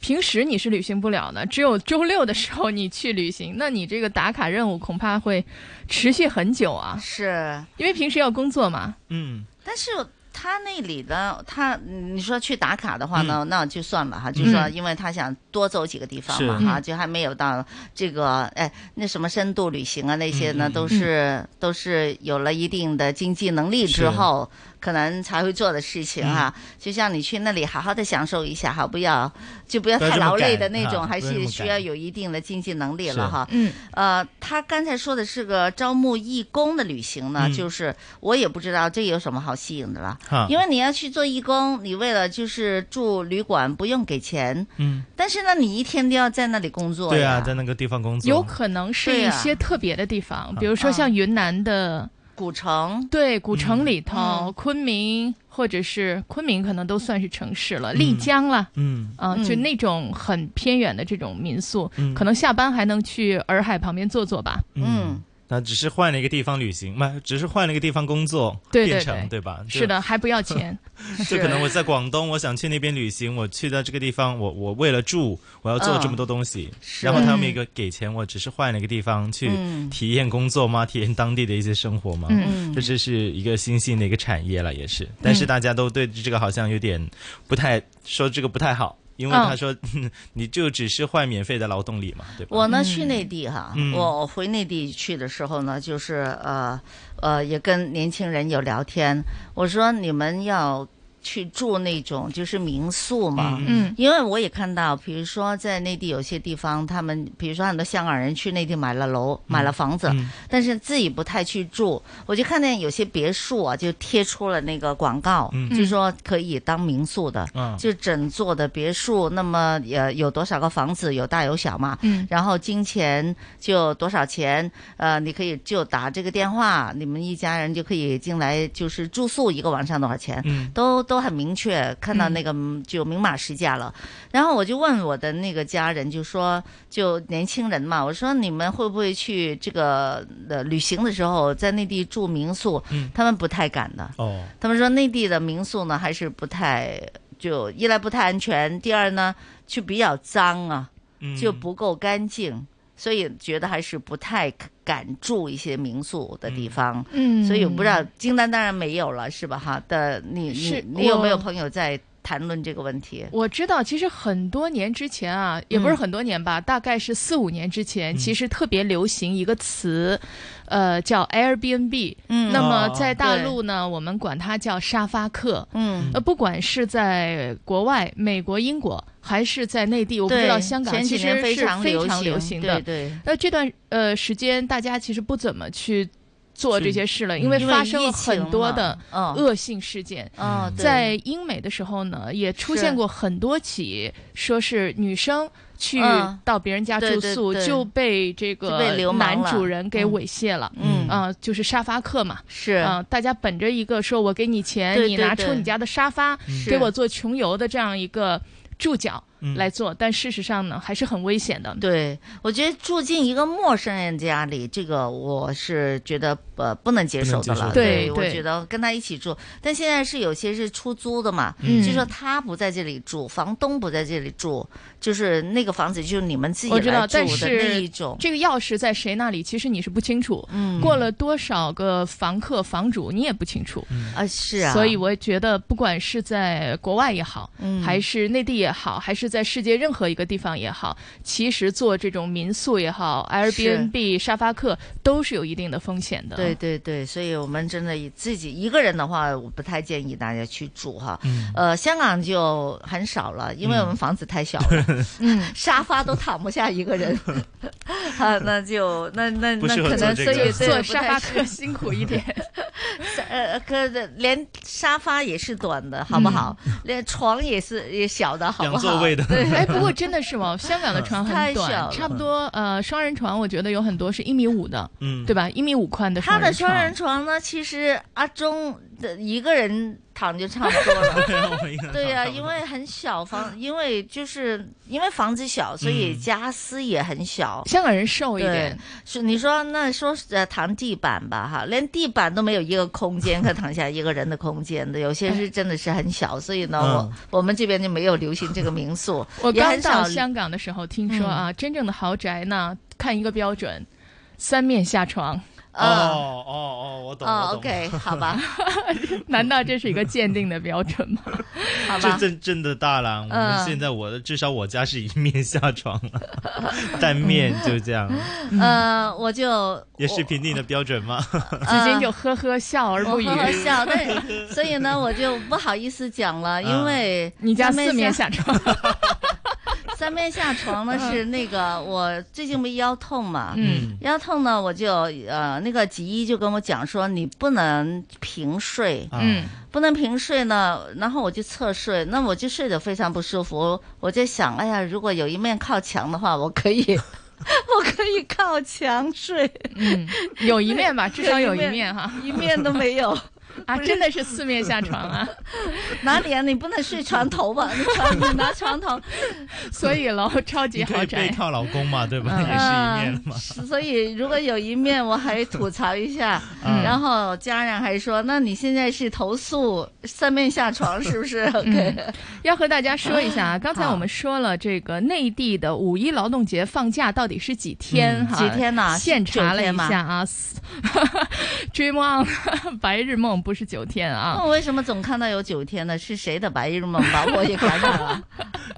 平时你是旅行不了的，只有周六的时候你去旅行，那你这个打卡任务恐怕会持续很久啊。是，因为平时要工作嘛。嗯，但是他那里的他，你说去打卡的话呢，嗯那就算了哈，就是说，嗯因为他想多走几个地方嘛是哈，嗯就还没有到这个哎那什么深度旅行啊那些呢，嗯嗯都是都是有了一定的经济能力之是嗯后。可能才会做的事情哈、就像你去那里好好的享受一下哈，不要就不要不要太这么劳累的赶那啊种，不还要这是么需赶要有一定的经济能力了是哈。嗯呃，他刚才说的是个招募义工的旅行呢，嗯就是我也不知道这有什么好吸引的了哈，因为你要去做义工，你为了就是住旅馆不用给钱，嗯，但是呢，你一天都要在那里工作对呀啊，在那个地方工作，有可能是对一啊些特别的地方，比如说像云南的嗯古城，嗯对，古城里头，昆明或者是昆明可能都算是城市了，丽江啦，嗯啊、就那种很偏远的这种民宿，嗯可能下班还能去洱海旁边坐坐吧。嗯，那只是换了一个地方旅行，嘛，只是换了一个地方工作，对变对成对，对吧？就是。的，还不要钱 就可能我在广东，我想去那边旅行，我去到这个地方，我我为了住，我要做嗯这么多东西，是然后他们一个给钱，我只是换了一个地方去嗯体验工作吗？体验当地的一些生活吗？嗯这这是一个新兴的一个产业了，也是，但是大家都对这个好像有点不太说这个不太好。因为嗯他说， 你就只是换免费的劳动力嘛，对吧？我呢去内地哈，嗯我我回内地去的时候呢，就是呃呃也跟年轻人有聊天，我说你们要。去住那种就是民宿嘛，嗯嗯因为我也看到，比如说在内地有些地方，他们比如说很多香港人去内地买了楼、买了房子，嗯但是自己不太去住，我就看见有些别墅啊，就贴出了那个广告，嗯就说可以当民宿的，啊嗯就整座的别墅，那么呃有多少个房子，有大有小嘛，嗯然后金钱就多少钱，呃，你可以就打这个电话，你们一家人就可以进来，就是住宿一个晚上多少钱，嗯都都很明确，看到那个嗯就明码实价了。然后我就问我的那个家人，就说就年轻人嘛，我说你们会不会去这个呃旅行的时候在内地住民宿？嗯他们不太敢的， 哦，他们说内地的民宿呢还是不太，就一来不太安全，第二呢就比较脏啊，嗯就不够干净，所以觉得还是不太敢住一些民宿的地方。嗯所以我不知道金丹当然没有了，是吧？哈的，你你是你有没有我朋友在谈论这个问题？我知道，其实很多年之前啊，也嗯不是很多年吧，大概是四五年之前，其实特别流行一个词，呃，叫 Airbnb。嗯那么哦在大陆呢，我们管它叫沙发客。嗯呃，不管是在国外，美国、英国，还是在内地，我不对知道香港前其几实年是非非常常流行流行的。对对那这段呃时间，大家其实不怎么去。做是这些事了，嗯因为因为发生疫了情很多嘛的嗯恶性事件。哦对嗯在英美的时候呢，也出现是过很多起说是女生去嗯到别人家对住对宿对就被这就被个流氓男了主人给嗯猥亵了，嗯啊、就是沙发客嘛，是啊、大家本着一个说我给你钱，对你对拿出对你家的沙发嗯给是我做穷游的这样一个注脚，嗯来做，但事实上呢，还是很危险的。对，我觉得住进一个陌生人家里，这个我是觉得呃不能接受的了。不能接受对我对觉得跟他一起住，但现在是有些是出租的嘛，嗯就说他不在这里住，房东不在这里住，就是那个房子就是你们自己我知来道，住的但那一是种。这个钥匙在谁那里，其实你是不清楚。嗯过了多少个房客、房主，你也不清楚。啊，是啊，所以我觉得，不管是在国外也好，嗯还是内地也好，还是在世界任何一个地方也好，其实做这种民宿也好，Airbnb、沙发客都是有一定的风险的。对对对，所以我们真的以自己一个人的话，我不太建议大家去住哈。嗯呃，香港就很少了，因为我们房子太小了， 嗯沙发都躺不下一个人。 啊，那就那那不那适合可能做所这个以做沙发客辛苦一点。 呃，可连沙发也是短的，好不好？嗯连床也是也小的，好不好？对，哎，不过真的 是哦，香港的床太很小了短，差不多呃，双人床我觉得有很多是一米五的，嗯对吧？一米五宽的他双的人双床。人床呢，其实阿忠的一个人躺就差不多 了。对呀、因为很小房，因为就是因为房子小，所以嗯家私也很小。香港人瘦一对点，是你说那说呃躺地板吧哈，连地板都没有一个空间可躺下一个人的空间的，有些是真的是很小，所以呢，嗯，我我们这边就没有流行这个民宿我也刚很到少嗯香港的时候，听说啊，真正的豪宅呢，看一个标准，三面下床。哦呃哦哦，我懂，我懂。好吧。 难道这是一个鉴定的标准吗？好这真真的大了，我们嗯现在我的至少我家是一面下床了， 单面就这样，嗯呃，我就也是评定的标准吗？ 直接就呵呵笑而不语，嗯我呵呵 笑，但是所以呢，我就不好意思讲了，嗯因为你家三四面下床， 三面下床呢是那个我最近不是腰痛嘛，嗯，腰痛呢我就呃那个吉医就跟我讲说你不能平睡，嗯。不能平睡呢，然后我就侧睡，那我就睡得非常不舒服。我在想，哎呀，如果有一面靠墙的话，我可 以我可以靠墙睡。嗯，有一面吧，至少有一面哈，一面都没有啊，真的是四面下 床啊，哪里啊？你不能睡床头吧？你床你拿床头， 所以喽，超级你可豪以背宅。靠老公嘛，对吧？嗯也是一面了嘛。嗯所以如果有一面我还吐槽一下， 嗯然后家人还说，那你现在是投诉三面下床是不是 ？OK，、嗯要和大家 说一下啊，刚才我们说了这个内地的五一劳动节放假到底是几天嗯哈？几天呐现查了一九下天啊 ，Dream on，白日梦不是九天啊。那我为什么总看到有九天呢？是谁的白日梦把我也感染 了？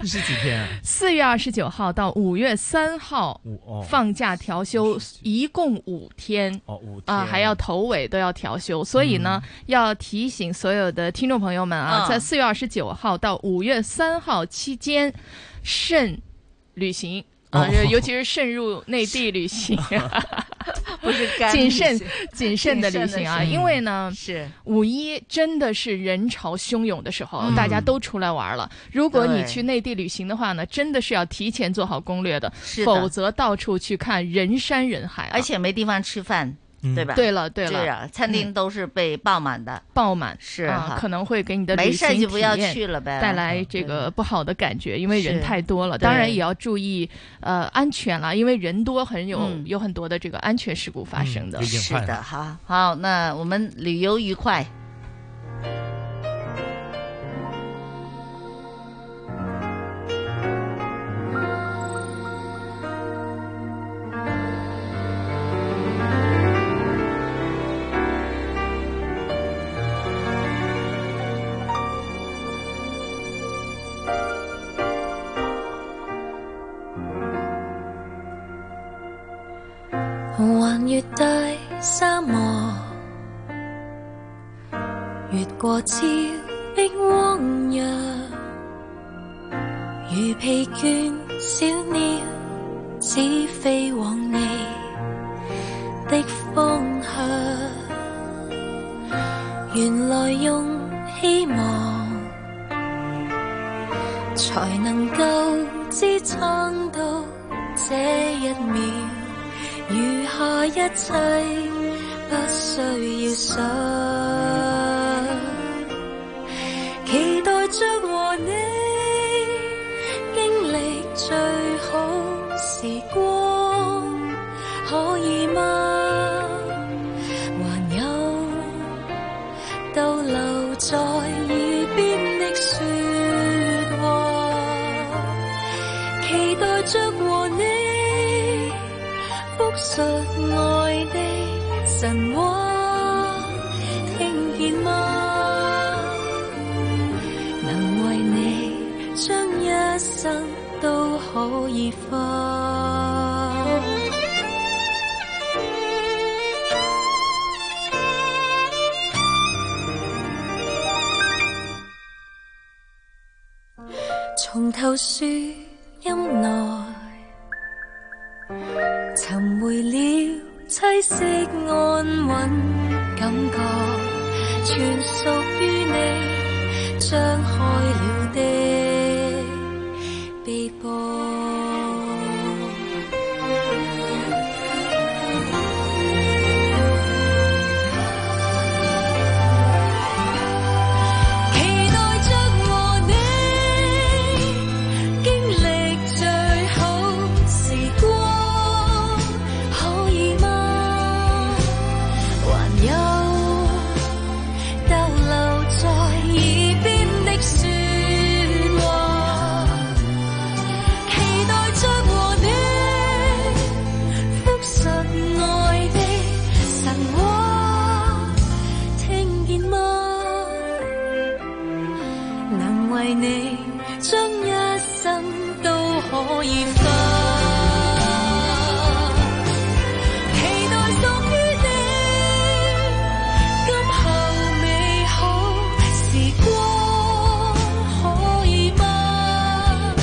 是几天啊？四月二十九号到五月三号五哦放假调休，一共五天。哦，五嗯啊，还要头尾都要调休，所以呢，要提醒所有的听众朋友们啊，嗯在四月二十九号到五月三号期间，慎旅行啊哦，尤其是慎入内地旅行， 不是干谨旅慎行谨慎的谨旅慎地行啊，行因为呢，是五一真的是人潮汹涌的时候，嗯大家都出来玩了。如果你对去内地旅行的话呢，真的是要提前做好攻略的，是的否则到处去看人山人海、啊而且没地方吃饭，嗯对吧？对了对了是啊，餐厅嗯都是被爆满的，爆满是啊哈，可能会给你的没旅事儿行就不要体验去了呗嗯带来这个不好的感觉，因为人是太多了。对当然也要注意呃安全啦，因为人多很有、嗯有很多的这个安全事故发生的。是的，哈。好，那我们旅游愉快。嗯環越大沙漠，越過峭壁汪洋，如疲倦小鳥，只飛往你的方向。原來用希望，才能夠支撐到這一秒。餘下一切不需要想，期待着和你經可以嗎？還有逗留在耳邊的説話，期待着和你復述愛的神話，聽見嗎？能為你將一生都可以花。從頭樹荫內，尋回了棲息安穩感覺，全屬於你張開了的臂膊。期待着和你經歷最好時光，可以嗎？還有逗留在耳邊的説話，期待着和你復述愛的神話，聽見嗎？能為你將一生都可以花。期待屬於你今後美好時光，可以嗎？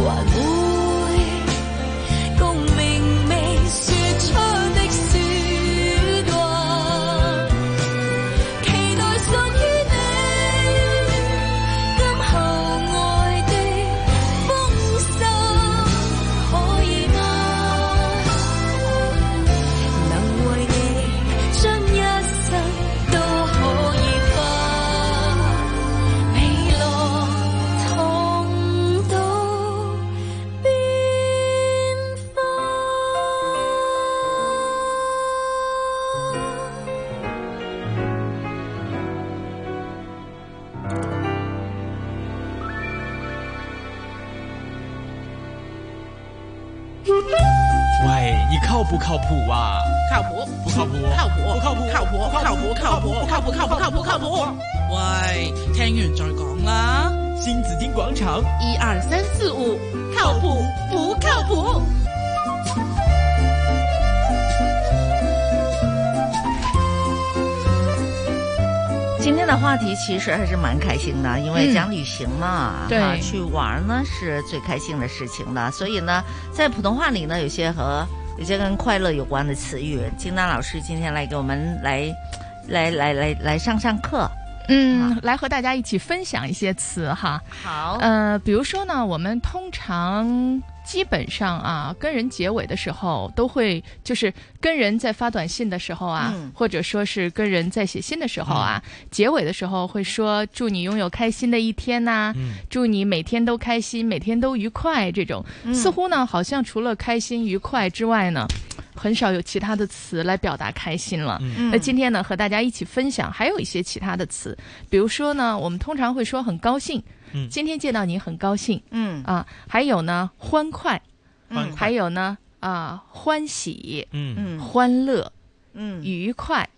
還會共明媚説出的説話。期待屬於你，今後愛的豐收可以嗎？能為你將一生都可以花，未落痛到變化。喂，你靠不靠谱啊？靠谱，不靠谱，靠谱，不靠谱，靠谱，靠谱，靠谱，靠谱，靠谱，靠谱，靠谱。喂，聽完再講啦。新紫金广场，一二三四五，靠譜不靠譜？今天的话题其实还是蛮开心的，因为讲旅行嘛，嗯对哈去玩儿呢是最开心的事情了。所以呢，在普通话里呢，有些和有些跟快乐有关的词语，金丹老师今天来给我们来来来来来上上课。嗯，来和大家一起分享一些词哈。好呃，比如说呢，我们通常基本上啊，跟人结尾的时候，都会就是跟人在发短信的时候啊，嗯或者说是跟人在写信的时候啊，结尾的时候会说祝你拥有开心的一天呐、嗯祝你每天都开心，每天都愉快。这种、嗯似乎呢，好像除了开心愉快之外呢。很少有其他的词来表达开心了。嗯那今天呢，和大家一起分享还有一些其他的词，比如说呢，我们通常会说很高兴，嗯今天见到你很高兴，嗯啊，还有呢欢快，欢快还有呢啊欢喜，嗯嗯欢乐，嗯，愉快，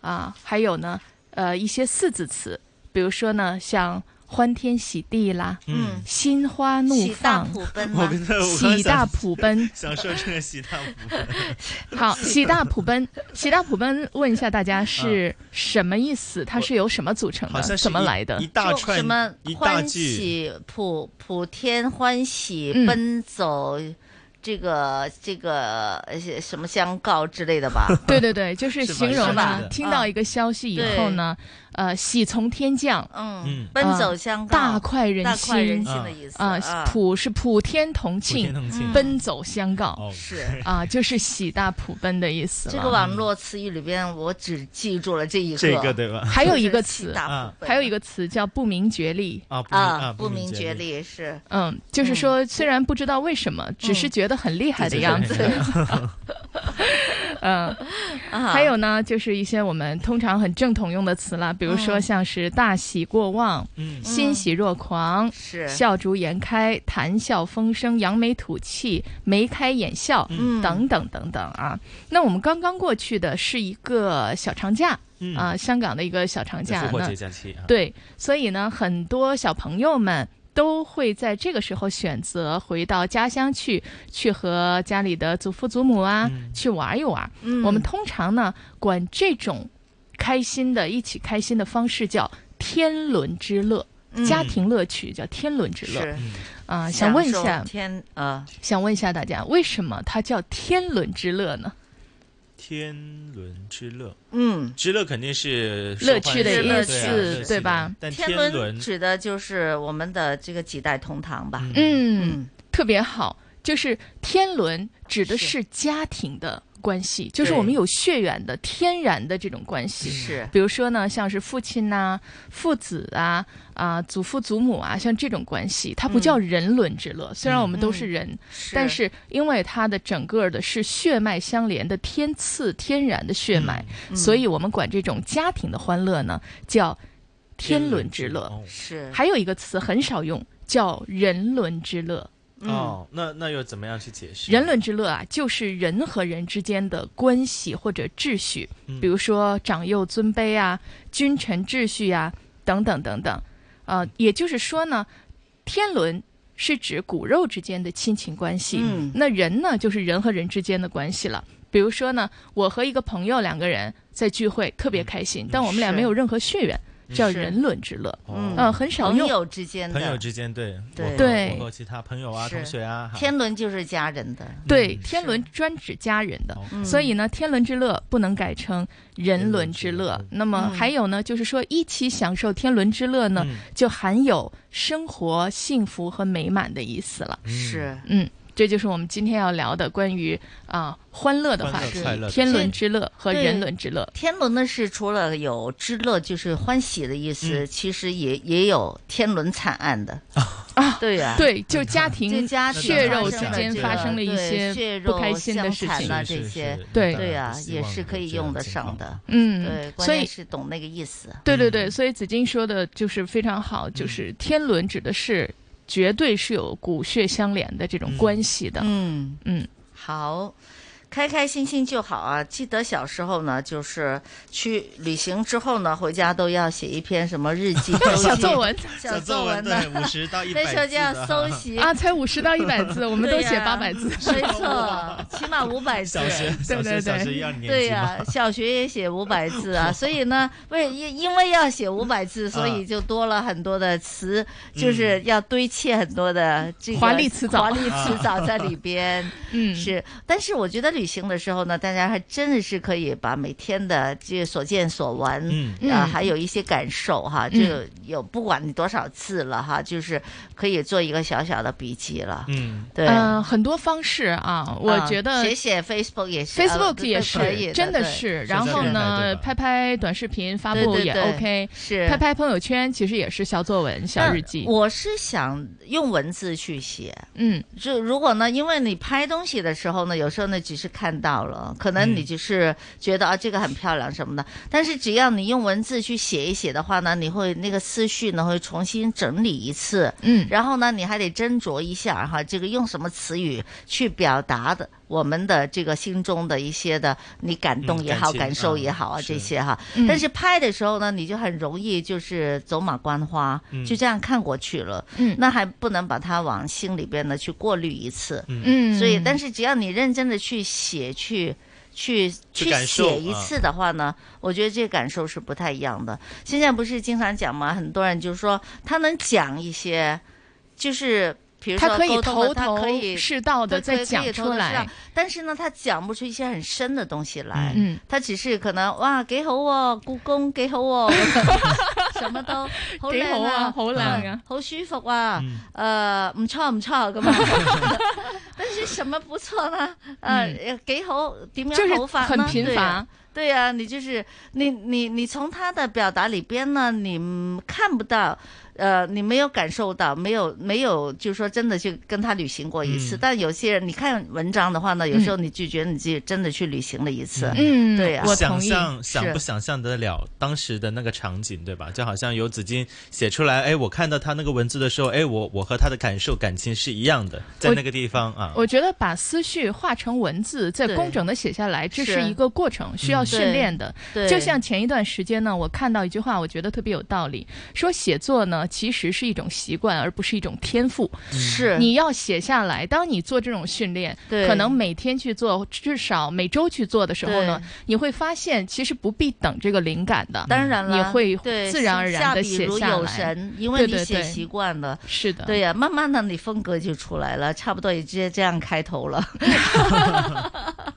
啊，还有呢呃一些四字词，比如说呢像欢天喜地啦，嗯心花怒喜大放普奔 吗我跟他我，刚 喜想大普奔，享受这个喜大普奔。 好，喜大普奔，喜大普奔，问一下大家是什么意思？它是由什么组成嗯好的？像是怎么来的？？一一大就什么欢喜普普天欢喜奔走，这个这个呃什么相告之类的吧 对对对，就是是吧形容是吧呢，听到一个消息以后呢，呃，喜从天降，嗯奔走相告大快人大心，快人心的意思啊啊，普是普天同普庆天同庆，哦奔走相告是啊，就是喜大普奔的意思了。这个网络词语里边，我只记住了这一个，这个对吧还有一个就词是喜大普，奔还有一个词叫不明觉厉啊啊，不明觉。厉是，嗯 嗯，就是说，虽然不知道为什么，只是觉得很厉害的样子。 嗯，啊还有呢，就是一些我们通常很正统用的词啦，比如说嗯像是大喜过望、嗯欣喜若狂、是笑逐颜开、谈笑风生、扬眉吐气、眉开眼笑、嗯等等等等啊。那我们刚刚过去的是一个小长假。嗯啊，香港的一个小长假，复活那节假期啊对，所以呢，很多小朋友们都会在这个时候选择回到家乡去，去和家里的祖父祖母啊、去玩一玩。嗯我们通常呢管这种开心的、一起开心的方式叫天伦之乐。家嗯庭乐趣叫天伦之乐是嗯，啊、想问一享下受，天呃，想问一下大家，为什么它叫天伦之乐呢？天伦之乐，嗯，之乐肯定是乐趣的受欢迎意对思啊乐趣对吧但天天伦伦指的就是我们的这个几代同堂吧？嗯，特别好，就是天伦指的是家庭的关系，就是我们有血缘的天然的这种关系。是比如说呢，像是父亲呐、父子啊、啊、祖父祖母啊，像这种关系，它不叫人伦之乐。虽然我们都是人，但是因为它的整个的是血脉相连的天赐天然的血脉，嗯所以我们管这种家庭的欢乐呢叫天伦之乐。是还有一个词很少用，叫人伦之乐。哦，那那又怎么样去解释？人伦之乐啊，就是人和人之间的关系或者秩序，嗯比如说长幼尊卑啊、君臣秩序啊等等等等。呃，也就是说呢，天伦是指骨肉之间的亲情关系，嗯那人呢就是人和人之间的关系了。比如说呢，我和一个朋友两个人在聚会，特别开心，但我们俩是没有任何血缘，叫是人伦之乐。哦呃，很少嗯朋用。友之间的朋友之间对对我和对我和其他朋友啊、是同学啊，哈天伦就是家人的，对，天伦专指家人的，嗯所以呢，天伦之乐不能改成人伦之乐。那么还有呢，就是说一起享受天伦之乐呢，就含有生活幸福和美满的意思了。是嗯，这就是我们今天要聊的关于啊、欢乐的话欢乐题快乐，的天是伦之乐和对人伦之乐。天伦呢是除了有之乐，就是欢喜的意嗯思，其实也也有天伦惨案的啊，对呀、对，就家庭就家庭血肉发之生了间这个发生了一对血些肉不开心的事相情残啊，这些对对啊，也是可以用得上的，嗯对，关所键以是懂那个意思，对对对，所以子金说的就是非常好，就是天伦指的是绝对是有骨血相连的这种关系的。嗯嗯，好。开开心心就好啊！记得小时候呢，就是去旅行之后呢，回家都要写一篇什么日 记、周记小作文小作文的对，五十到一百 那时候就要 搜集啊，才五十到一百字，我们都写八百字， 对呀没错，起码五百字。小学小对学对小学对一二年级对呀、嘛小学也写五百字 啊，所以呢，为因因为要写五百啊字，所以就多了很多的词，就是要堆砌很多的这个华丽辞藻华丽辞藻在里边。 嗯是，但是我觉得旅行的时候呢，大家还真的是可以把每天的这个所见所闻，嗯啊，嗯还有一些感受哈，就嗯有不管你多少次了哈，就是可以做一个小小的笔记了。嗯，对。呃，很多方式啊，我啊觉得写写 Facebook 也是 Facebook 也呃都可以是，的真的对是。然后呢，拍拍短视频发对布对也对 OK，是拍拍朋友圈，其实也是小作文、小但日记。我是想用文字去写，嗯，就如果呢，因为你拍东西的时候呢，有时候呢只是看到了，可能你嗯只是觉得、啊这个很漂亮什么的，但是只要你用文字去写一写的话呢，你会那个思绪呢会重新整理一次，嗯然后呢你还得斟酌一下哈，这个用什么词语去表达的。我们的这个心中的一些的，你感动嗯也好，感情感受也啊好啊，这是些哈。嗯但是拍的时候呢，你就很容易就是走马观花，嗯就这样看过去了。嗯那还不能把它往心里边呢去过滤一次。嗯所以但是只要你认真的去写去。去去去感受写一啊次的话呢，我觉得这感受是不太一样的。现在不是经常讲嘛，很多人就说他能讲一些，就是比如说他可以沟通的头他可头以是道的对再讲可以头头是道出来但是呢，他讲不出一些很深的东西来。嗯嗯他只是可能哇几好喎，故宮幾好喎， 什麼 都好幾好靚啊啊，好靚啊，好舒服啊，誒唔錯唔錯咁啊。 但是什麼不錯呢？誒幾好點呃嗯就是樣好法呢？很贫對啊乏，对呀、你就是你你你从他的表达里边呢，你嗯看不到，呃，你没有感受到，没有没有，就是说真的去跟他旅行过一次。嗯但有些人你看文章的话呢，有时候嗯你拒绝，你自己真的去旅行了一次。嗯对啊呀、想象想不是想象得了当时的那个场景，对吧？就好像有紫金写出来，哎，我看到他那个文字的时候，哎，我我和他的感受感情是一样的，在我那个地方啊，我觉得把思绪化成文字，再对工整的写下来，这是是一个过程，需要训练的。对对就像前一段时间呢，我看到一句话，我觉得特别有道理，说写作呢其实是一种习惯，而不是一种天赋。是你要写下来。当你做这种训练，对可能每天去做，至少每周去做的时候呢对，你会发现其实不必等这个灵感的，当然了，你嗯会对自然而然的下笔写如下有来。神，因为对你对写对习惯了。是的，对呀、慢慢的你风格就出来了，差不多也直接这样开头 了。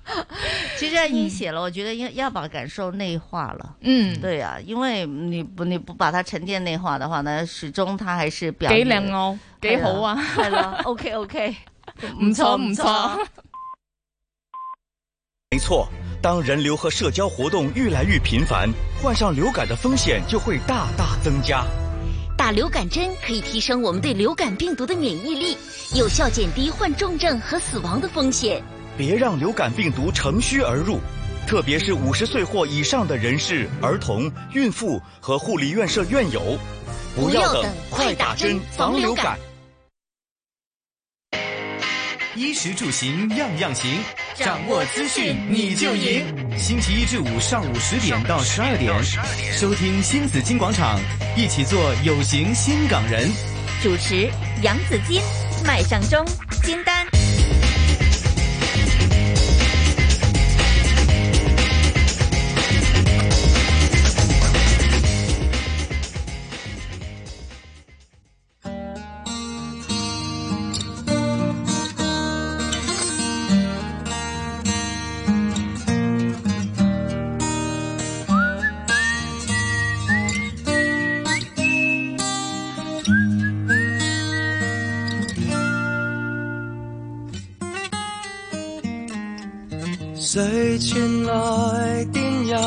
其实一写了，我觉得要要把感受内化了。嗯对呀、因为你不你不把它沉淀内化的话呢，始终它还是表幾面靚哦，幾好啊，係啦，OK OK， 唔錯嗯唔錯。没错，当人流和社交活动越来越频繁，患上流感的风险就会大大增加。打流感针可以提升我们对流感病毒的免疫力，有效减低患重症和死亡的风险。别让流感病毒乘虚而入，特别是五十岁或以上的人士、儿童、孕妇和护理院舍院友，不要等，快打针防流感。衣食住行样样行，掌握资讯你就赢。星期一至五上午十点到十二点，收听新紫金广场，一起做有型新港人。主持杨紫金，麦上中，金丹。誰傳來電郵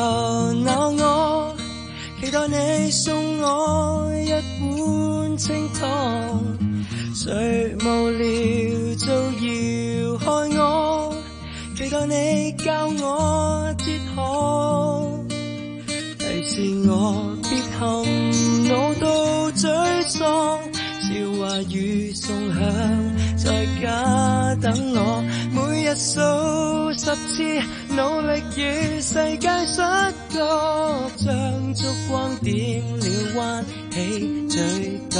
鬧我，期待你送我一碗清湯。誰無聊造謠害我，期待你教我哲學，提示我別含怒到沮喪，照話語送響。在家等我，每日數十次努力與世界摔角，像燭光點了彎起嘴角。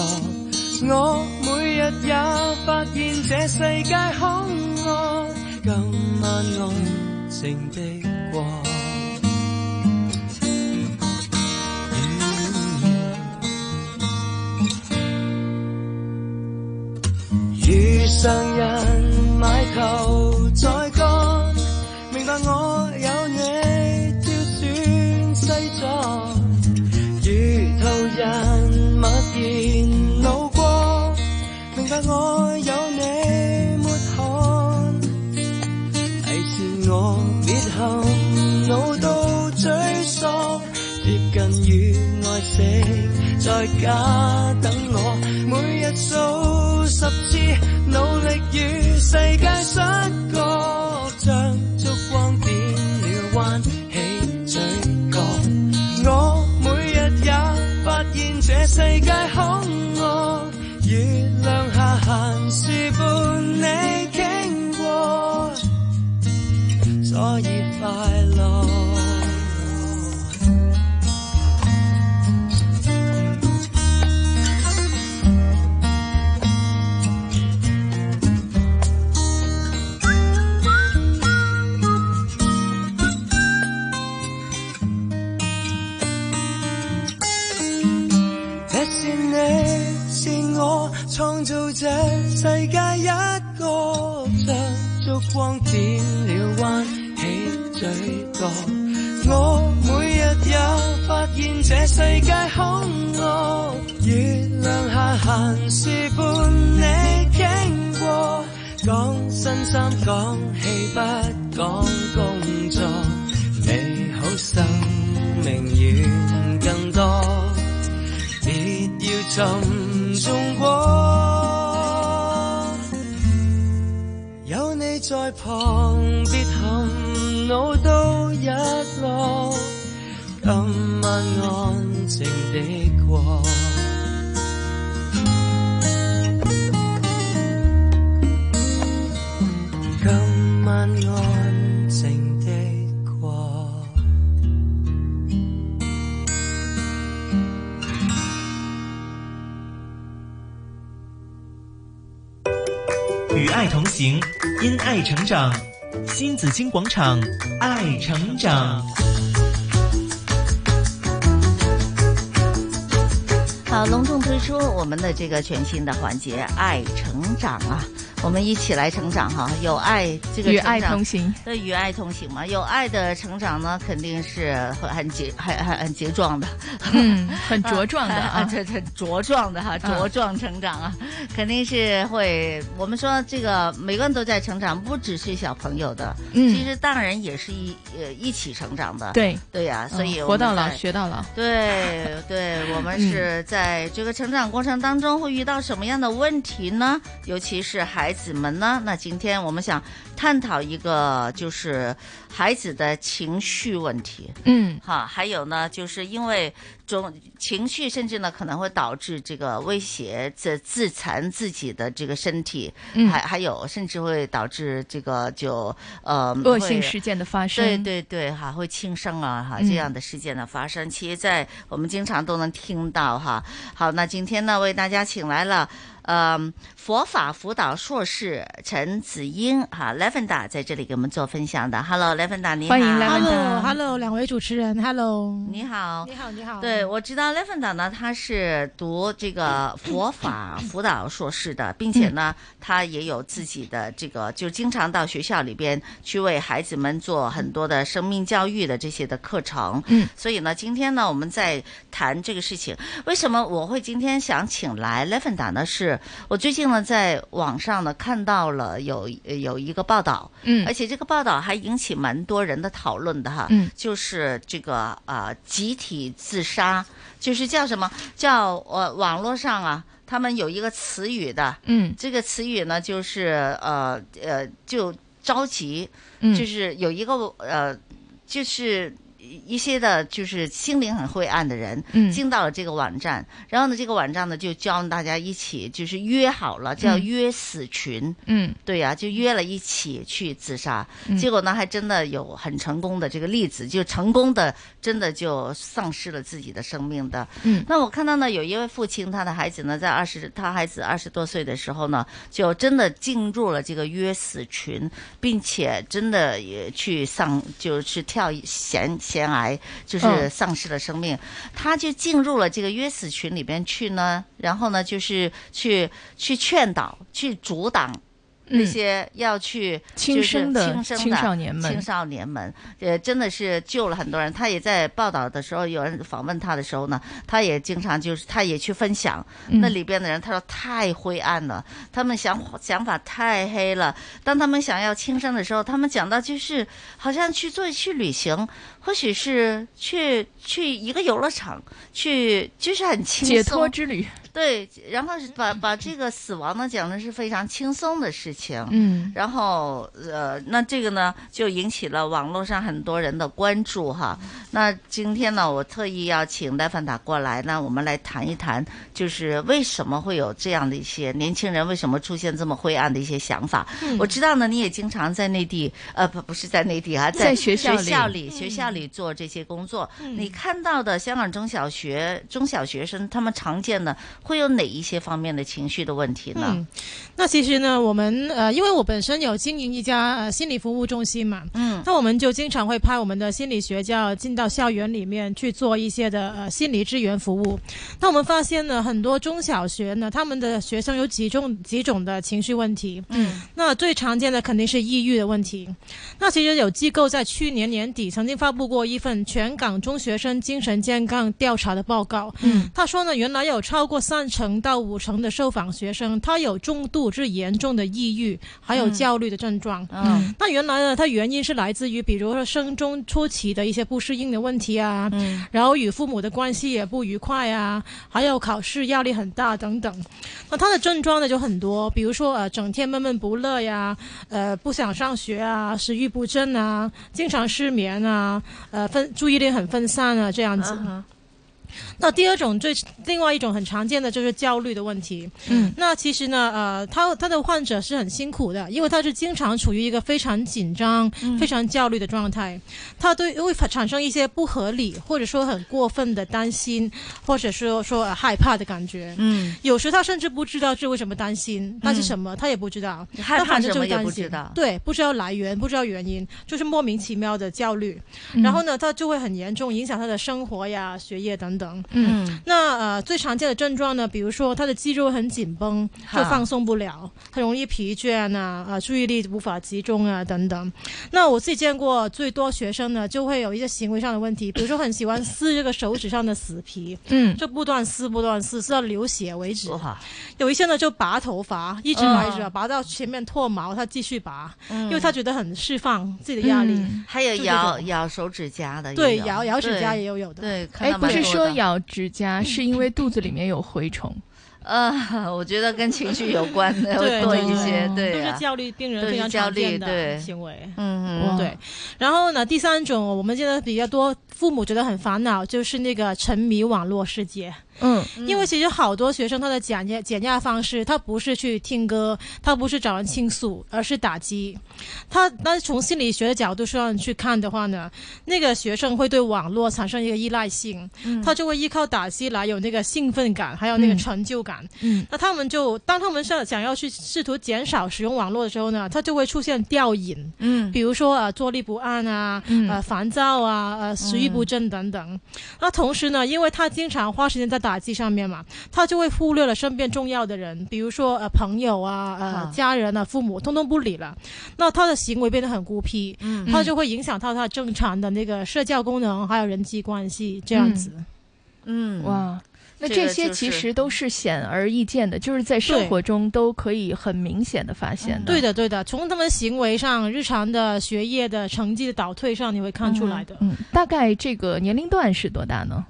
我每日也發現這世界可愛，今晚安靜的過。嗯遇上人埋頭再幹，明白我有你挑選西裝。遇途人默然路過，明白我有你抹汗。提示我別含怒到沮喪，接近與愛死，在家等我，每日數十次努力與世界失角，像燭光點了彎起嘴角，我每日也發現這世界可愛。月亮下閒時伴你經過。所以快樂。這是你，是我創造這世界一個像燭光點了彎起嘴角。我每日也發現這世界好惡，月亮下閒時伴你經過，講新衫講戲不講工作，美好世明遠更多，別要沉重過。有你在旁，別含怒到日落，今晚安靜的過。今晚安靜的過。与爱同行，因爱成长。新紫金广场，爱成长。好，隆重推出我们的这个全新的环节“爱成长”啊，我们一起来成长哈。有爱，这个与成长爱同行，对，与爱同行嘛。有爱的成长呢，肯定是很很结 很很很结壮的，嗯，很茁壮的 啊这这茁壮的哈，嗯茁壮成长啊，肯定是会。我们说这个每个人都在成长，不只是小朋友的，嗯其实大人也是一呃一起成长的。对对呀、所以嗯我活们到老在学到老。对 对，我们嗯是在这个成长过程当中会遇到什么样的问题呢？尤其是孩子们呢？那今天我们想探讨一个就是孩子的情绪问题。嗯，哈，还有呢，就是因为种情绪，甚至呢可能会导致这个威胁、这自残自己的这个身体，嗯还还有甚至会导致这个就呃恶性会事件的发对生对对，哈，会轻生啊，哈，嗯这样的事件的发生，其实，在我们经常都能听到哈。好，那今天呢，为大家请来了。嗯，佛法辅导硕士陈子英哈 l e v e n d a 在这里给我们做分享的。Hello l e v e n d a 你好 Hello，Hello，两位主持人，Hello，你好，你好，你好对，我知道 l e v e n d a 呢，他是读这个佛 法辅导硕士的，并且呢，嗯他也有自己的这个，就经常到学校里边去为孩子们做很多的生命教育的这些的课程。嗯所以呢，今天呢，我们在谈这个事情，为什么我会今天想请来 l e v e n d a 呢？是我最近呢在网上呢看到了有呃有一个报道，嗯而且这个报道还引起蛮多人的讨论的哈，嗯就是这个啊、呃集体自杀，就是叫什么叫呃网络上啊，他们有一个词语的，嗯这个词语呢就是呃呃就着急，嗯就是有一个呃就是。一些的，就是心灵很灰暗的人，嗯进到了这个网站，然后呢，这个网站呢就教大家一起，就是约好了，叫嗯约死群，嗯对呀、就约了一起去自杀，嗯结果呢，还真的有很成功的这个例子，就成功的真的就丧失了自己的生命的。嗯那我看到呢，有一位父亲，他的孩子呢，在二十，他孩子二十多岁的时候呢，就真的进入了这个约死群，并且真的也去丧，就去跳悬悬崖，就是嗯丧失了生命。他就进入了这个约死群里边去呢，然后呢，就是去去劝导、去阻挡。嗯那些要去轻就是生的轻生青少年们青少年们，呃，真的是救了很多人。他也在报道的时候，有人访问他的时候呢，他也经常就是，他也去分享、嗯那里边的人，他说太灰暗了，他们想想法太黑了。当他们想要轻生的时候，他们讲到就是好像去做去旅行，或许是去去一个游乐场，去就是很轻松解脱之旅。对，然后是把把这个死亡呢讲的是非常轻松的事情，嗯然后呃，那这个呢就引起了网络上很多人的关注哈。那今天呢，我特意要请戴凡达过来，那我们来谈一谈，就是为什么会有这样的一些年轻人为什么出现这么灰暗的一些想法？嗯我知道呢，你也经常在内地，呃，不不是在内地啊，在学学校里校里学校里做这些工作。你看到的香港中小学中小学生他们常见的会有哪一些方面的情绪的问题呢？嗯那其实呢，我们呃，因为我本身有经营一家呃心理服务中心嘛，嗯，那我们就经常会派我们的心理学家进到校园里面去做一些的呃心理支援服务。那我们发现呢，很多中小学呢，他们的学生有几种几种的情绪问题，嗯，那最常见的肯定是抑郁的问题。那其实有机构在去年年底曾经发布过一份全港中学生精神健康调查的报告，嗯，他说呢，原来有超过三成到五成的受访学生，他有中度至严重的抑郁，还有嗯焦虑的症状。嗯那原来呢，它原因是来自于比如说生中初期的一些不适应的问题啊，嗯然后与父母的关系也不愉快啊，还有考试压力很大等等。那他的症状呢就很多，比如说呃整天闷闷不乐呀，呃不想上学啊，食欲不振啊，经常失眠啊，呃分注意力很分散啊这样子。嗯那第二种最另外一种很常见的就是焦虑的问题。嗯，那其实呢，呃，他他的患者是很辛苦的，因为他是经常处于一个非常紧张、非常焦虑的状态，他对会产生一些不合理或者说很过分的担心，或者说说、呃害怕的感觉。嗯有时他甚至不知道是为什么担心，担心什么、他也不知道，害怕他反正就是什么也担不心知道对，不知道来源，不知道原因，就是莫名其妙的焦虑，嗯然后呢，他就会很严重影响他的生活呀、学业等等。嗯，那呃最常见的症状呢，比如说他的肌肉很紧绷，就哈放松不了，很容易疲倦啊，啊注意力无法集中啊等等。那我自己见过最多学生呢，就会有一些行为上的问题，比如说很喜欢撕这个手指上的死皮，嗯就不断撕不断撕，撕到流血为止。有一些呢就拔头发，一直嗯拔一直拔，拔到前面脱毛，他继续拔，嗯因为他觉得很释放自己的压力。嗯还有就这咬种咬手指甲的也有，对咬咬指甲对也有有的对，看哎，到不蛮是多说的咬指嗯甲，是因为肚子里面有蛔虫。呃，我觉得跟情绪有关 的对会多对一些，对对啊，都是焦虑病人都非是常焦常虑见对的行为。嗯嗯对。然后呢，第三种我们现在比较多，父母觉得很烦恼，就是那个沉迷网络世界。嗯因为其实好多学生他的减压减压方式，他不是去听歌，他不是找人倾诉，而是打击。他那从心理学的角度上去看的话呢，那个学生会对网络产生一个依赖性，嗯他就会依靠打击来有那个兴奋感，还有那个嗯成就感。嗯那他们就当他们想想要去试图减少使用网络的时候呢，他就会出现吊瘾，嗯比如说啊、呃坐立不安啊，嗯呃烦躁啊，呃食欲不振等等。那同时呢，因为他经常花时间在打击上面嘛，他就会忽略了身边重要的人，比如说呃朋友啊、好呃家人啊、父母，通通不理了。那他的行为变得很孤僻，嗯他就会影响到他正常的那个社交功能，还有人际关系这样子。嗯哇，那这这个些就其是实都是显而易见的，就是在生对嗯活中都可以很明显的发现的。嗯对的，对的，从他们行为上、日常的学业的成绩的倒退上，你会看出来的。嗯，大概这个年龄段是多大呢？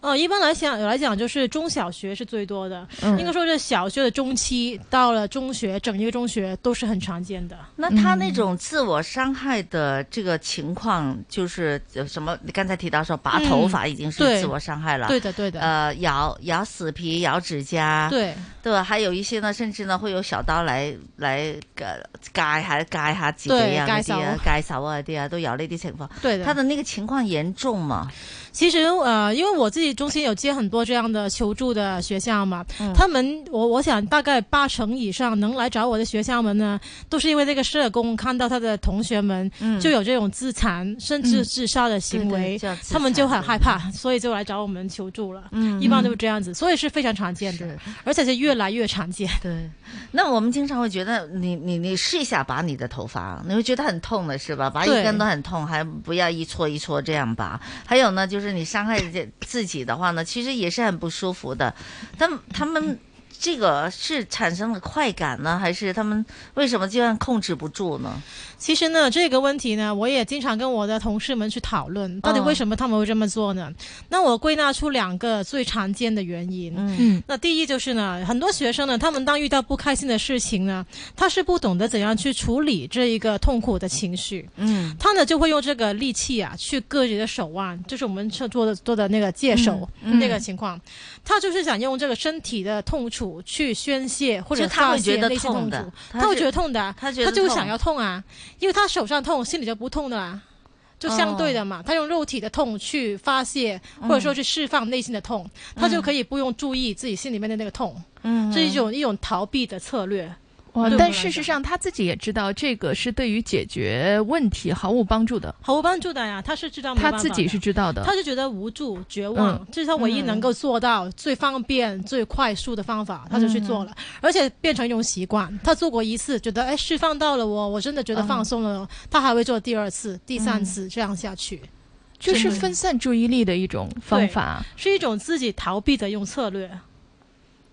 呃，一般来讲来讲，就是中小学是最多的，嗯应该说是小学的中期到了中学，整一个中学都是很常见的。那他那种自我伤害的这个情况，就是呃什么？你刚才提到说拔头发嗯已经是对自我伤害了，对的对的呃，咬咬死皮、咬指甲，对对吧？还有一些呢，甚至呢会有小刀来来呃戒下戒下自己对啊嗰啲啊，戒戒手啊嗰啲啊，都有呢啲情況。对的他的那个情況嚴重嘛？其实呃，因为我自己中心有接很多这样的求助的学校嘛，嗯他们我我想大概八成以上能来找我的学校们呢，都是因为那个社工看到他的同学们嗯就有这种自残、甚至嗯自杀的行对对为，叫自他们就残很害怕，所以就来找我们求助了。嗯一般都嗯是这样子，所以是非常常见的，而且是越来越常见。对，那我们经常会觉得你，你你试一下拔你的头发，你会觉得很痛的是吧？拔一对根都很痛，还不要一撮一撮这样拔。还有呢，就是你伤害自自己的话呢，其实也是很不舒服的。但他们这个是产生了快感呢，还是他们为什么这样控制不住呢？其实呢，这个问题呢，我也经常跟我的同事们去讨论，到底为什么他们会这么做呢？那我归纳出两个最常见的原因。嗯那第一就是呢，很多学生呢，他们当遇到不开心的事情呢，他是不懂得怎样去处理这一个痛苦的情绪。嗯他呢就会用这个利器啊，去割你的手腕，就是我们做做的做的那个戒手、嗯嗯那个情况。他就是想用这个身体的痛楚去宣泄或者就他会发泄觉得内心痛痛的楚他他会是觉得痛的啊，他觉得他就痛想要痛啊，因为他手上痛，心里就不痛的啦。就相对哦的嘛，他用肉体的痛去发泄，嗯或者说去释放内心的痛，他就可以不用注意自己心里面的那个痛，嗯这是一种一种逃避的策略。哇对我！们但来事实讲上，他自己也知道这个是对于解决问题毫无帮助的。毫无帮助的呀，他是知道没他办自法己的是知道的他就觉得无助、绝望，嗯这是他唯一能够做到最方便、最快速的方嗯法，他就去做了，而且变成一种习惯。他做过一次，觉得哎释放到了我，我真的觉得放松嗯了，他还会做第二次、第三次，这样下去。就是真的分散注意力的一种方法。是一种自己逃避的一种策略。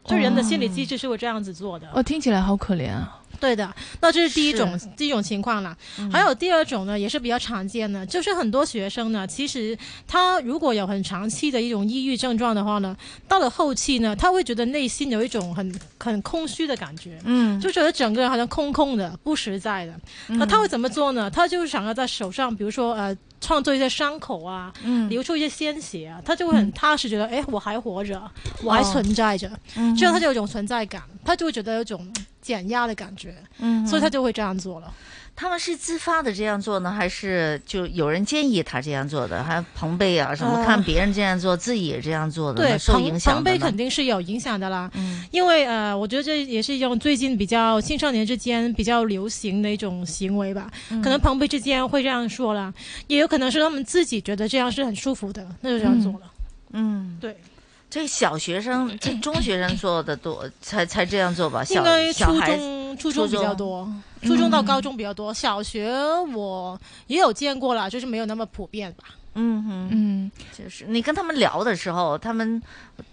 就人的心理机制是会这样子做的。哦，听起来好可怜啊！对的，那这是第一种是嗯第一种情况啦。还有第二种呢，也是比较常见的，就是很多学生呢，其实他如果有很长期的一种抑郁症状的话呢，到了后期呢，他会觉得内心有一种很很空虚的感觉，嗯就觉得整个人好像空空的、不实在的。那他会怎么做呢？他就是想要在手上，比如说呃。创作一些伤口啊，嗯流出一些鲜血啊，他就会很踏实，觉得哎、诶我还活着，我还哦存在着，嗯这样他就有一种存在感，他就会觉得有一种减压的感觉，嗯哼所以他就会这样做了。他们是自发的这样做呢，还是就有人建议他这样做的？还有彭贝啊什么，呃看别人这样做，自己也这样做的呢，对，受彭影彭响的贝呢肯定是有影响的啦，嗯因为呃，我觉得这也是一种最近比较青少年之间比较流行的一种行为吧，嗯可能彭贝之间会这样说啦，也有可能是他们自己觉得这样是很舒服的，那就这样做了。嗯，对。这小学生、这中学生做的多，才才这样做吧？应小该啊小初孩中初中比较多，初中到嗯高中比较多，小学我也有见过啦，就是没有那么普遍吧。嗯哼，嗯，就是你跟他们聊的时候，他们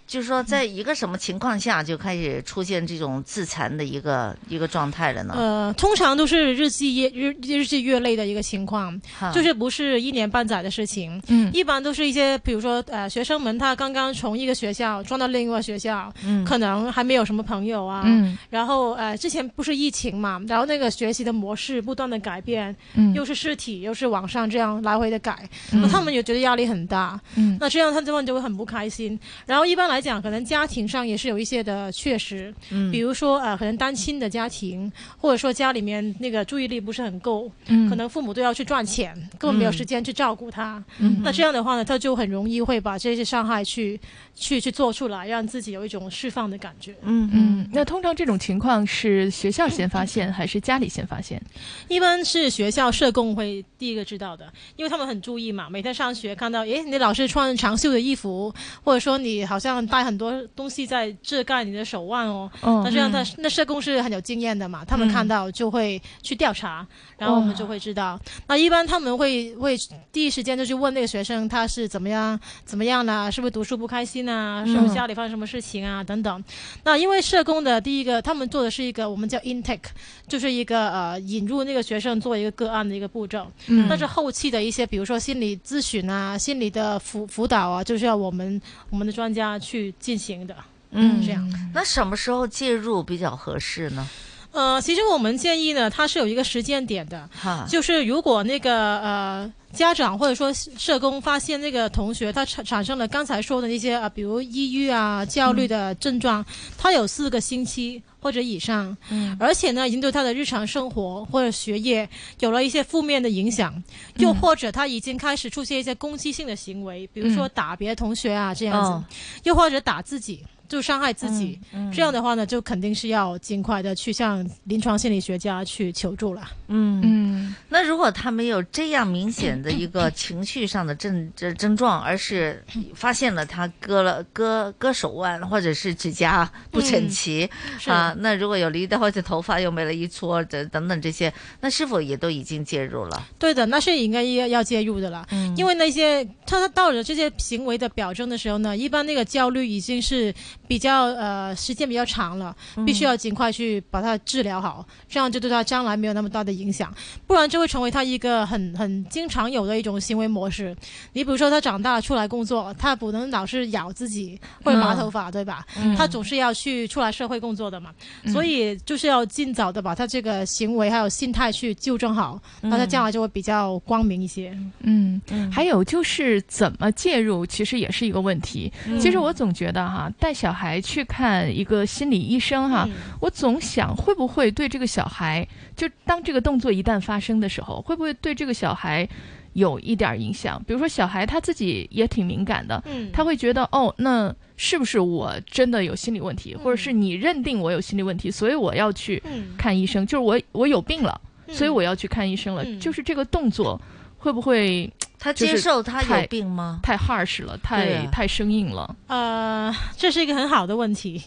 就是说，在一个什么情况下就开始出现这种自残的一个一个状态了呢？呃，通常都是日积月日日积月累的一个情况哈，就是不是一年半载的事情。嗯一般都是一些，比如说呃，学生们他刚刚从一个学校转到另外学校，嗯可能还没有什么朋友啊，嗯然后呃，之前不是疫情嘛，然后那个学习的模式不断的改变，嗯又是试体，又是网上这样来回的改，嗯那他们也觉得压力很大，嗯那这样他们就会很不开心。然后一般来讲，可能家庭上也是有一些的缺失，嗯比如说呃，可能单亲的家庭，或者说家里面那个注意力不是很够，嗯可能父母都要去赚钱，根本没有时间去照顾他。嗯那这样的话呢，他就很容易会把这些伤害去去去做出来，让自己有一种释放的感觉。嗯嗯，那通常这种情况是学校先发现还是家里先发现？一般是学校社工会第一个知道的，因为他们很注意嘛，每天上学看到，诶，你老师穿长袖的衣服，或者说你好像带很多东西在遮盖你的手腕哦，嗯那这样他、嗯那社工是很有经验的嘛，他们看到就会去调查，然后我们就会知道。那一般他们会会第一时间就去问那个学生他是怎么样怎么样啦，是不是读书不开心啊，是不是嗯家里发生什么事情啊等等。那因为社工的第一个，他们做的是一个我们叫 intake，就是一个呃引入那个学生做一个个案的一个步骤。嗯但是后期的一些，比如说心理咨询啊、心理的辅辅导啊，就是要我们我们的专家去进行的。嗯，这样。那什么时候介入比较合适呢？呃，其实我们建议呢，它是有一个时间点的，哈，就是如果那个呃家长或者说社工发现那个同学他产产生了刚才说的那些啊、呃比如抑郁啊、焦虑的症状，他有四个星期或者以上，嗯而且呢，已经对他的日常生活或者学业有了一些负面的影响，又或者他已经开始出现一些攻击性的行为，比如说嗯嗯打别的同学啊这样子，哦又或者打自己。就伤害自己，嗯嗯这样的话呢，就肯定是要尽快的去向临床心理学家去求助了。嗯嗯，那如果他没有这样明显的一个情绪上的症症症状，而是发现了他割了割割手腕或者是指甲不整齐、嗯是啊，那如果有离的或者头发又没了一撮等等等这些，那是否也都已经介入了？对的，那是应该要要介入的啦，嗯因为那些他他到了这些行为的表征的时候呢，一般那个焦虑已经是比较呃时间比较长了，必须要尽快去把它治疗好，这样就对他将来没有那么大的影响，不然就会成为他一个很很经常有的一种行为模式。你比如说他长大出来工作，他不能老是咬自己或者拔头发，对吧？嗯他总是要去出来社会工作的嘛，嗯所以就是要尽早的把他这个行为还有心态去纠正好，嗯那他将来就会比较光明一些。嗯，还有就是怎么介入，其实也是一个问题。嗯其实我总觉得哈，带小孩去看一个心理医生嗯哈，我总想会不会对这个小孩，就当这个动作一旦发生的时候，会不会对这个小孩有一点影响？比如说小孩他自己也挺敏感的，嗯他会觉得哦，那是不是我真的有心理问题，或者是你认定我有心理问题，所以我要去嗯看医生，就是我我有病了，嗯所以我要去看医生了，嗯就是这个动作。会不会他就是接受他太有病吗？太 harsh 了，太、对啊太生硬了。呃，这是一个很好的问题。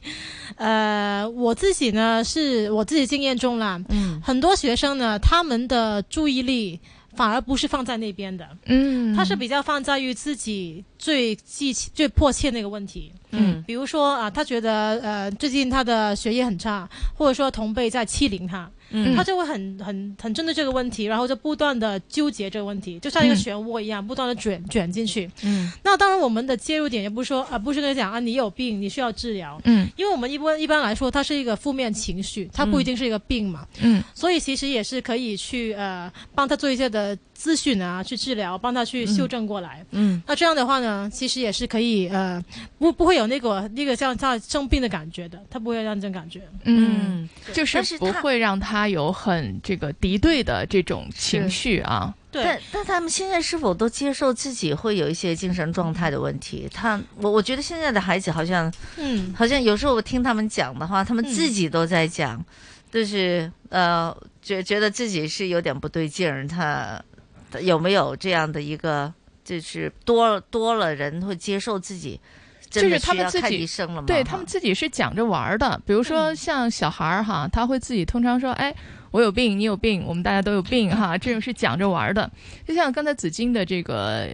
呃，我自己呢，是我自己经验中啦，嗯，很多学生呢，他们的注意力。反而不是放在那边的，嗯它是比较放在于自己最记最迫切那个问题。嗯比如说啊，他觉得呃最近他的学业很差，或者说同辈在欺凌他，嗯他就会很很很针对这个问题，然后就不断的纠结这个问题，就像一个嗯漩涡一样，不断的卷卷进去。嗯那当然，我们的切入点也不是说啊，不是跟你讲啊，你有病，你需要治疗。嗯因为我们一般一般来说，它是一个负面情绪，它不一定是一个病嘛。嗯所以其实也是可以去呃帮他做一些的咨询啊，去治疗，帮他去修正过来。嗯那这样的话呢，其实也是可以呃不不会有那个那个像像生病的感觉的，他不会让这种感觉。嗯，就但是是不他会让他有很这个敌对的这种情绪啊。但但他们现在是否都接受自己会有一些精神状态的问题？他我我觉得现在的孩子好像，嗯，好像有时候我听他们讲的话，他们自己都在讲，嗯就是呃，觉觉得自己是有点不对劲儿，他他有没有这样的一个，就是多多了人会接受自己，就真的是他需们要自看己医生了吗？嗯对他们自己是讲着玩儿的。比如说像小孩儿哈，他会自己通常说：“哎，我有病，你有病，我们大家都有病 哈。”这种是讲着玩儿的。就像刚才紫金的这个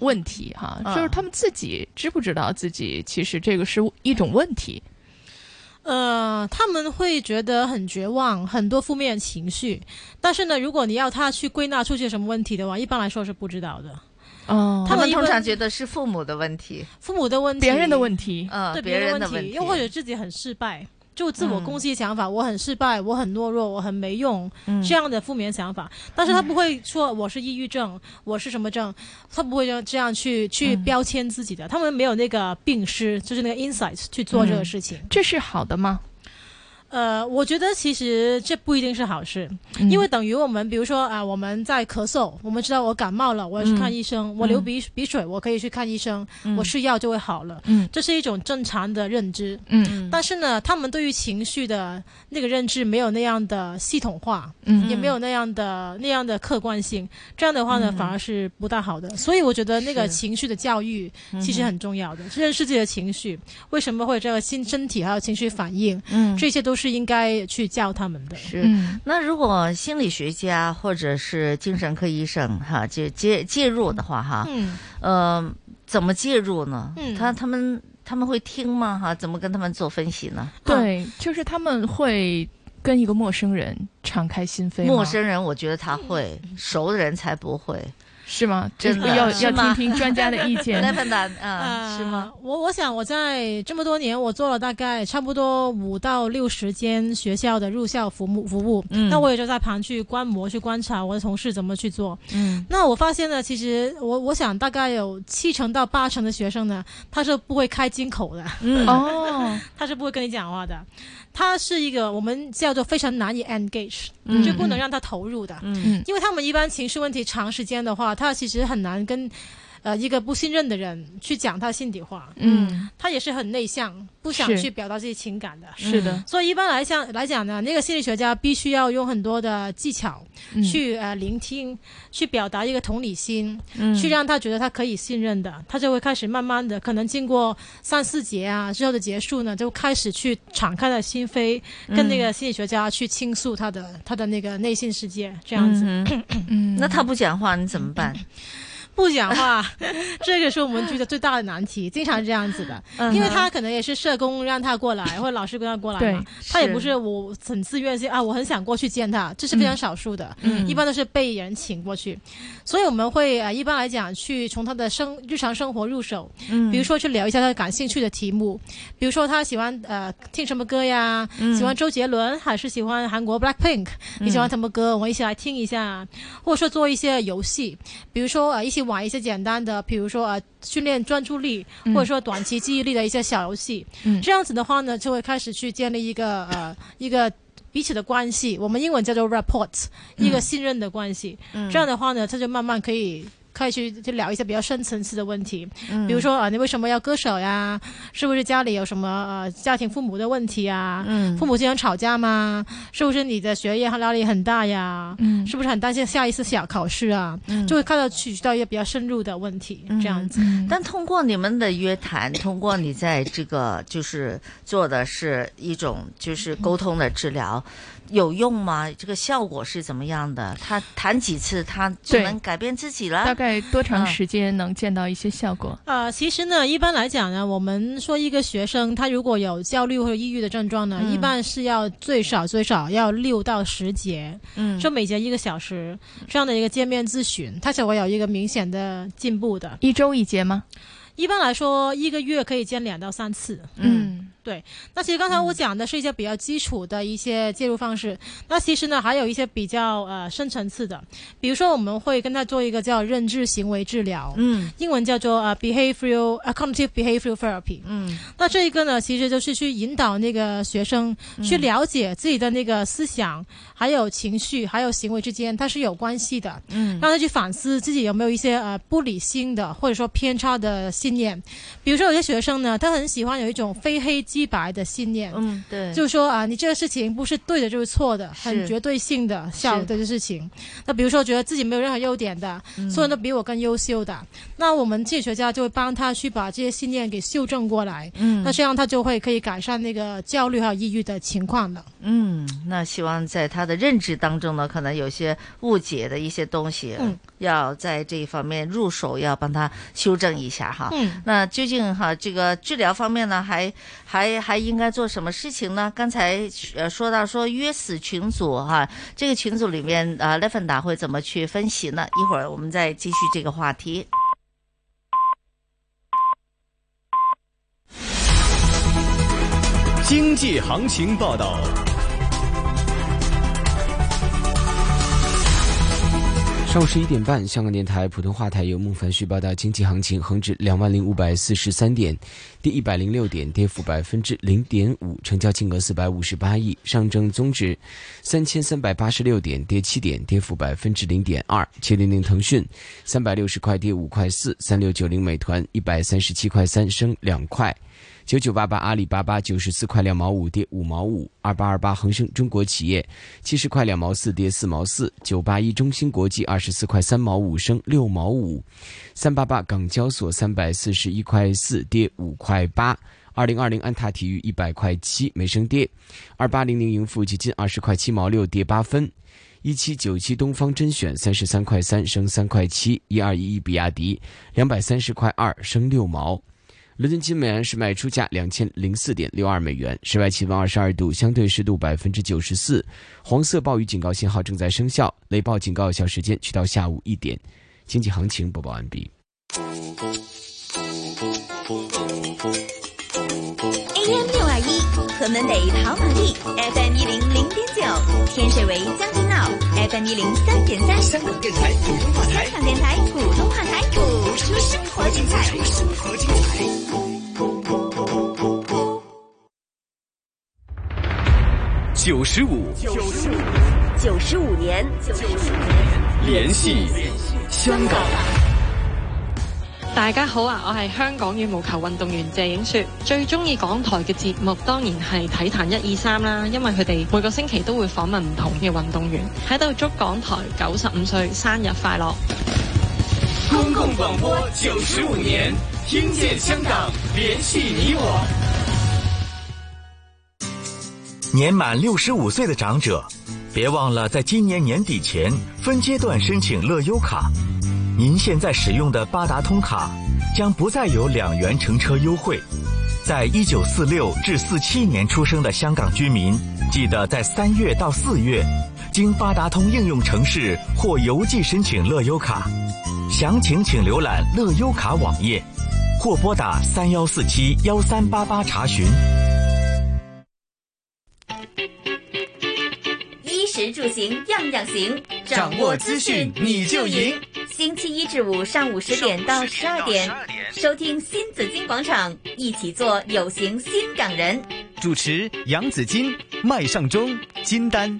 问题哈，嗯就是他们自己知不知道自己其实这个是一种问题？呃，他们会觉得很绝望，很多负面情绪。但是呢，如果你要他去归纳出去什么问题的话，一般来说是不知道的。哦他他们们一通常般觉得是父母的问题，父母的问题，别人的问题嗯对别人人的问题，题又或者自己很失败，就自我嗯攻击想法，我很失败，我很懦弱，我很没用，嗯这样的负面想法。但是他不会说我是抑郁症，我是什么症，他不会这样这样去去标签自己的，他们没有那个病师，就是那个 insight 去做这个事情。这是好的吗？呃，我觉得其实这不一定是好事，嗯因为等于我们比如说啊、我们在咳嗽，我们知道我感冒了，我要去看医生；嗯我流鼻鼻水，我可以去看医生；嗯我吃药就会好了。嗯这是一种正常的认知。嗯但是呢，他们对于情绪的那个认知没有那样的系统化，嗯也没有那样的那样的客观性。这样的话呢，嗯反而是不大好的。所以我觉得那个是情绪的教育嗯哼其实很重要的，认识自己的情绪，为什么会有这个心身体还有情绪反应，嗯这些都是应该去教他们的。嗯是，那如果心理学家或者是精神科医生哈，就介介入的话哈，嗯，呃，怎么介入呢？嗯他他们他们会听吗？哈，怎么跟他们做分析呢？对，就是他们会跟一个陌生人敞开心扉吗，嗯陌生人我觉得他会，熟的人才不会，是吗？真就的是要是要吗听听专家的意见。那芬达啊，是吗？我我想我在这么多年，我做了大概差不多五到六十间学校的入校服务服务，嗯那我也就在旁去观摩、去观察我的同事怎么去做。嗯那我发现呢，其实我我想大概有七成到八成的学生呢，他是不会开金口的， 嗯哦，他是不会跟你讲话的，他是一个我们叫做非常难以 engage，、嗯就不能让他投入的，嗯因为他们一般情绪问题长时间的话，他其实很难跟。呃，一个不信任的人去讲他心底话，嗯，他也是很内向，不想是嗯去表达自己情感的，是的所以一般来讲来讲呢，那个心理学家必须要用很多的技巧嗯去、呃聆听，去表达一个同理心，嗯去让他觉得他可以信任的，他就会开始慢慢的，可能经过三四节啊之后的结束呢，就开始去敞开了心扉，嗯跟那个心理学家去倾诉他的、他的那个内心世界，这样子。嗯 嗯，那他不讲话你怎么办？不讲话， 这个是我们觉得最大的难题，经常是这样子的，嗯哼因为他可能也是社工让他过来，或者老师跟他过来嘛对，他也是不是我很自愿性啊，我很想过去见他，这是非常少数的，嗯一般都是被人请过去，所以我们会呃一般来讲去从他的生日常生活入手，嗯比如说去聊一下他感兴趣的题目，比如说他喜欢呃听什么歌呀，嗯喜欢周杰伦还是喜欢韩国 Blackpink，你喜欢什么歌，我们一起来听一下，或者说做一些游戏，比如说呃一起玩一些简单的，比如说呃训练专注力，嗯或者说短期记忆力的一些小游戏。嗯这样子的话呢，就会开始去建立一个呃一个。彼此的关系，我们英文叫做 rapport，、一个信任的关系。嗯这样的话呢，他就慢慢可以可以去去聊一些比较深层次的问题，嗯比如说啊、呃你为什么要割舍呀？是不是家里有什么呃家庭父母的问题啊？嗯父母经常吵架吗？是不是你的学业压力很大呀？嗯是不是很担心下一次小考试啊？嗯就会看到取到一些比较深入的问题，这样子。但通过你们的约谈，通过你在这个就是做的是一种就是沟通的治疗，嗯有用吗？这个效果是怎么样的？他谈几次，他就对能改变自己了？大概多长嗯时间能见到一些效果？呃，其实呢，一般来讲呢，我们说一个学生他如果有焦虑或者抑郁的症状呢，嗯一般是要最少最少要六到十节，嗯就每节一个小时这样的一个见面咨询，他才会有一个明显的进步的。一周一节吗？一般来说，一个月可以见两到三次。嗯，对。那其实刚才我讲的是一些比较基础的一些介入方式。那其实呢，还有一些比较呃深层次的，比如说我们会跟他做一个叫认知行为治疗，嗯，英文叫做呃 behavioral 呃 cognitive behavioral therapy，嗯。那这一个呢，其实就是去引导那个学生去嗯了解自己的那个思想、还有情绪、还有行为之间它是有关系的，嗯让他去反思自己有没有一些呃不理性的或者说偏差的信念。比如说有些学生呢，他很喜欢有一种非黑即白的信念，嗯，对就是说啊，你这个事情不是对的就是错的，是很绝对性的小的事情。那比如说觉得自己没有任何优点的，嗯所有人都比我更优秀的，那我们心理学家就会帮他去把这些信念给修正过来，嗯那这样他就会可以改善那个焦虑还有抑郁的情况了。嗯，那希望在他的认知当中呢，可能有些误解的一些东西，嗯要在这一方面入手，要帮他修正一下哈。嗯那究竟哈这个治疗方面呢，还还还应该做什么事情呢？刚才呃说到说约死群组哈，这个群组里面呃 l e v e n d a 会怎么去分析呢？一会儿我们再继续这个话题。经济行情报道。上午十一点半，香港电台普通话台由孟凡旭报道经济行情，恒指两万零五百四十三点，跌一百零六点，跌幅百分之零点五，成交金额四百五十八亿。上证综指三千三百八十六点，跌七点，跌幅百分之零点二。七零零腾讯三百六十块，跌五块四；三六九零美团一百三十七块三，升两块。九九八八阿里巴巴九十四块两毛五跌五毛五，二八二八恒生中国企业七十块两毛四跌四毛四，九八一中芯国际二十四块三毛五升六毛五，三八八港交所三百四十一块四跌五块八。二零二零安踏体育一百块七没升跌，二八零零盈富基金二十块七毛六跌八分，一七九七东方甄选三十三块三升三块七，一二一一比亚迪两百三十块二升六毛。伦敦金美元是卖出价两千零四点六二美元，室外气温二十二度，相对湿度百分之九十四，黄色暴雨警告信号正在生效，雷暴警告有效时间去到下午一点。经济行情播报完毕。 AM 六二一，河门北跑马地；FM 一零零点九，天水围将军澳；FM 一零三点三，香港电台普通话台。香港电台普通话台，谱出生活精彩。生活精彩。九十五，九十五，九十五年，九十五年。联系香港。大家好啊，我係香港羽毛球運動員謝影雪，最中意港台嘅節目當然係體壇一二三啦，因為佢哋每個星期都會訪問唔同嘅運動員，喺度祝港台九十五歲生日快樂。公共广播九十五年，听见香港，联系你我。年满六十五岁的长者，别忘了在今年年底前分阶段申请乐优卡。您现在使用的八达通卡将不再有两元乘车优惠。在一九四六至四七年出生的香港居民，记得在三月到四月，经八达通应用程式或邮寄申请乐优卡。详情请浏览乐优卡网页，或拨打三幺四七幺三八八查询。衣食住行样样行，掌握资讯你就赢。星期一至五上午十点到十二点，收听新紫金广场，一起做有型新港人。主持杨紫金、麦尚中、金丹。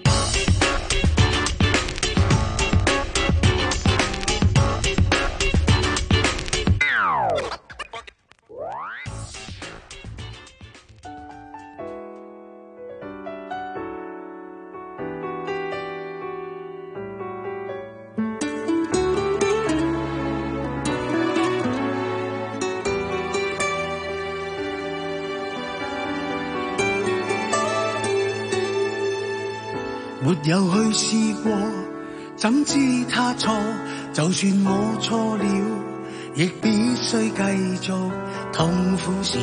有去试过，怎知他错？就算我错了，亦必须继续。痛苦时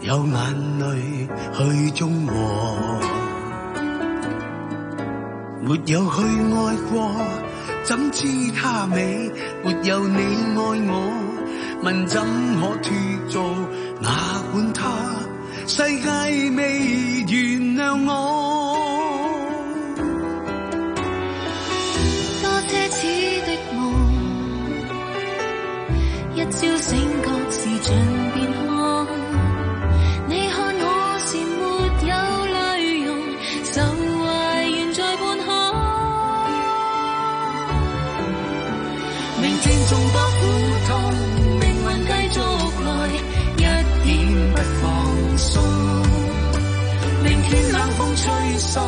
有眼泪去中和，没有去爱过，怎知他美？没有你爱我，问怎可脱俗？哪管他，世界未原谅我。多奢侈的夢，一朝醒覺是盡變空。你看我時沒有淚容，愁懷懸在半空。明天縱多苦痛，命運繼續來，一點不放鬆。明天冷風吹送，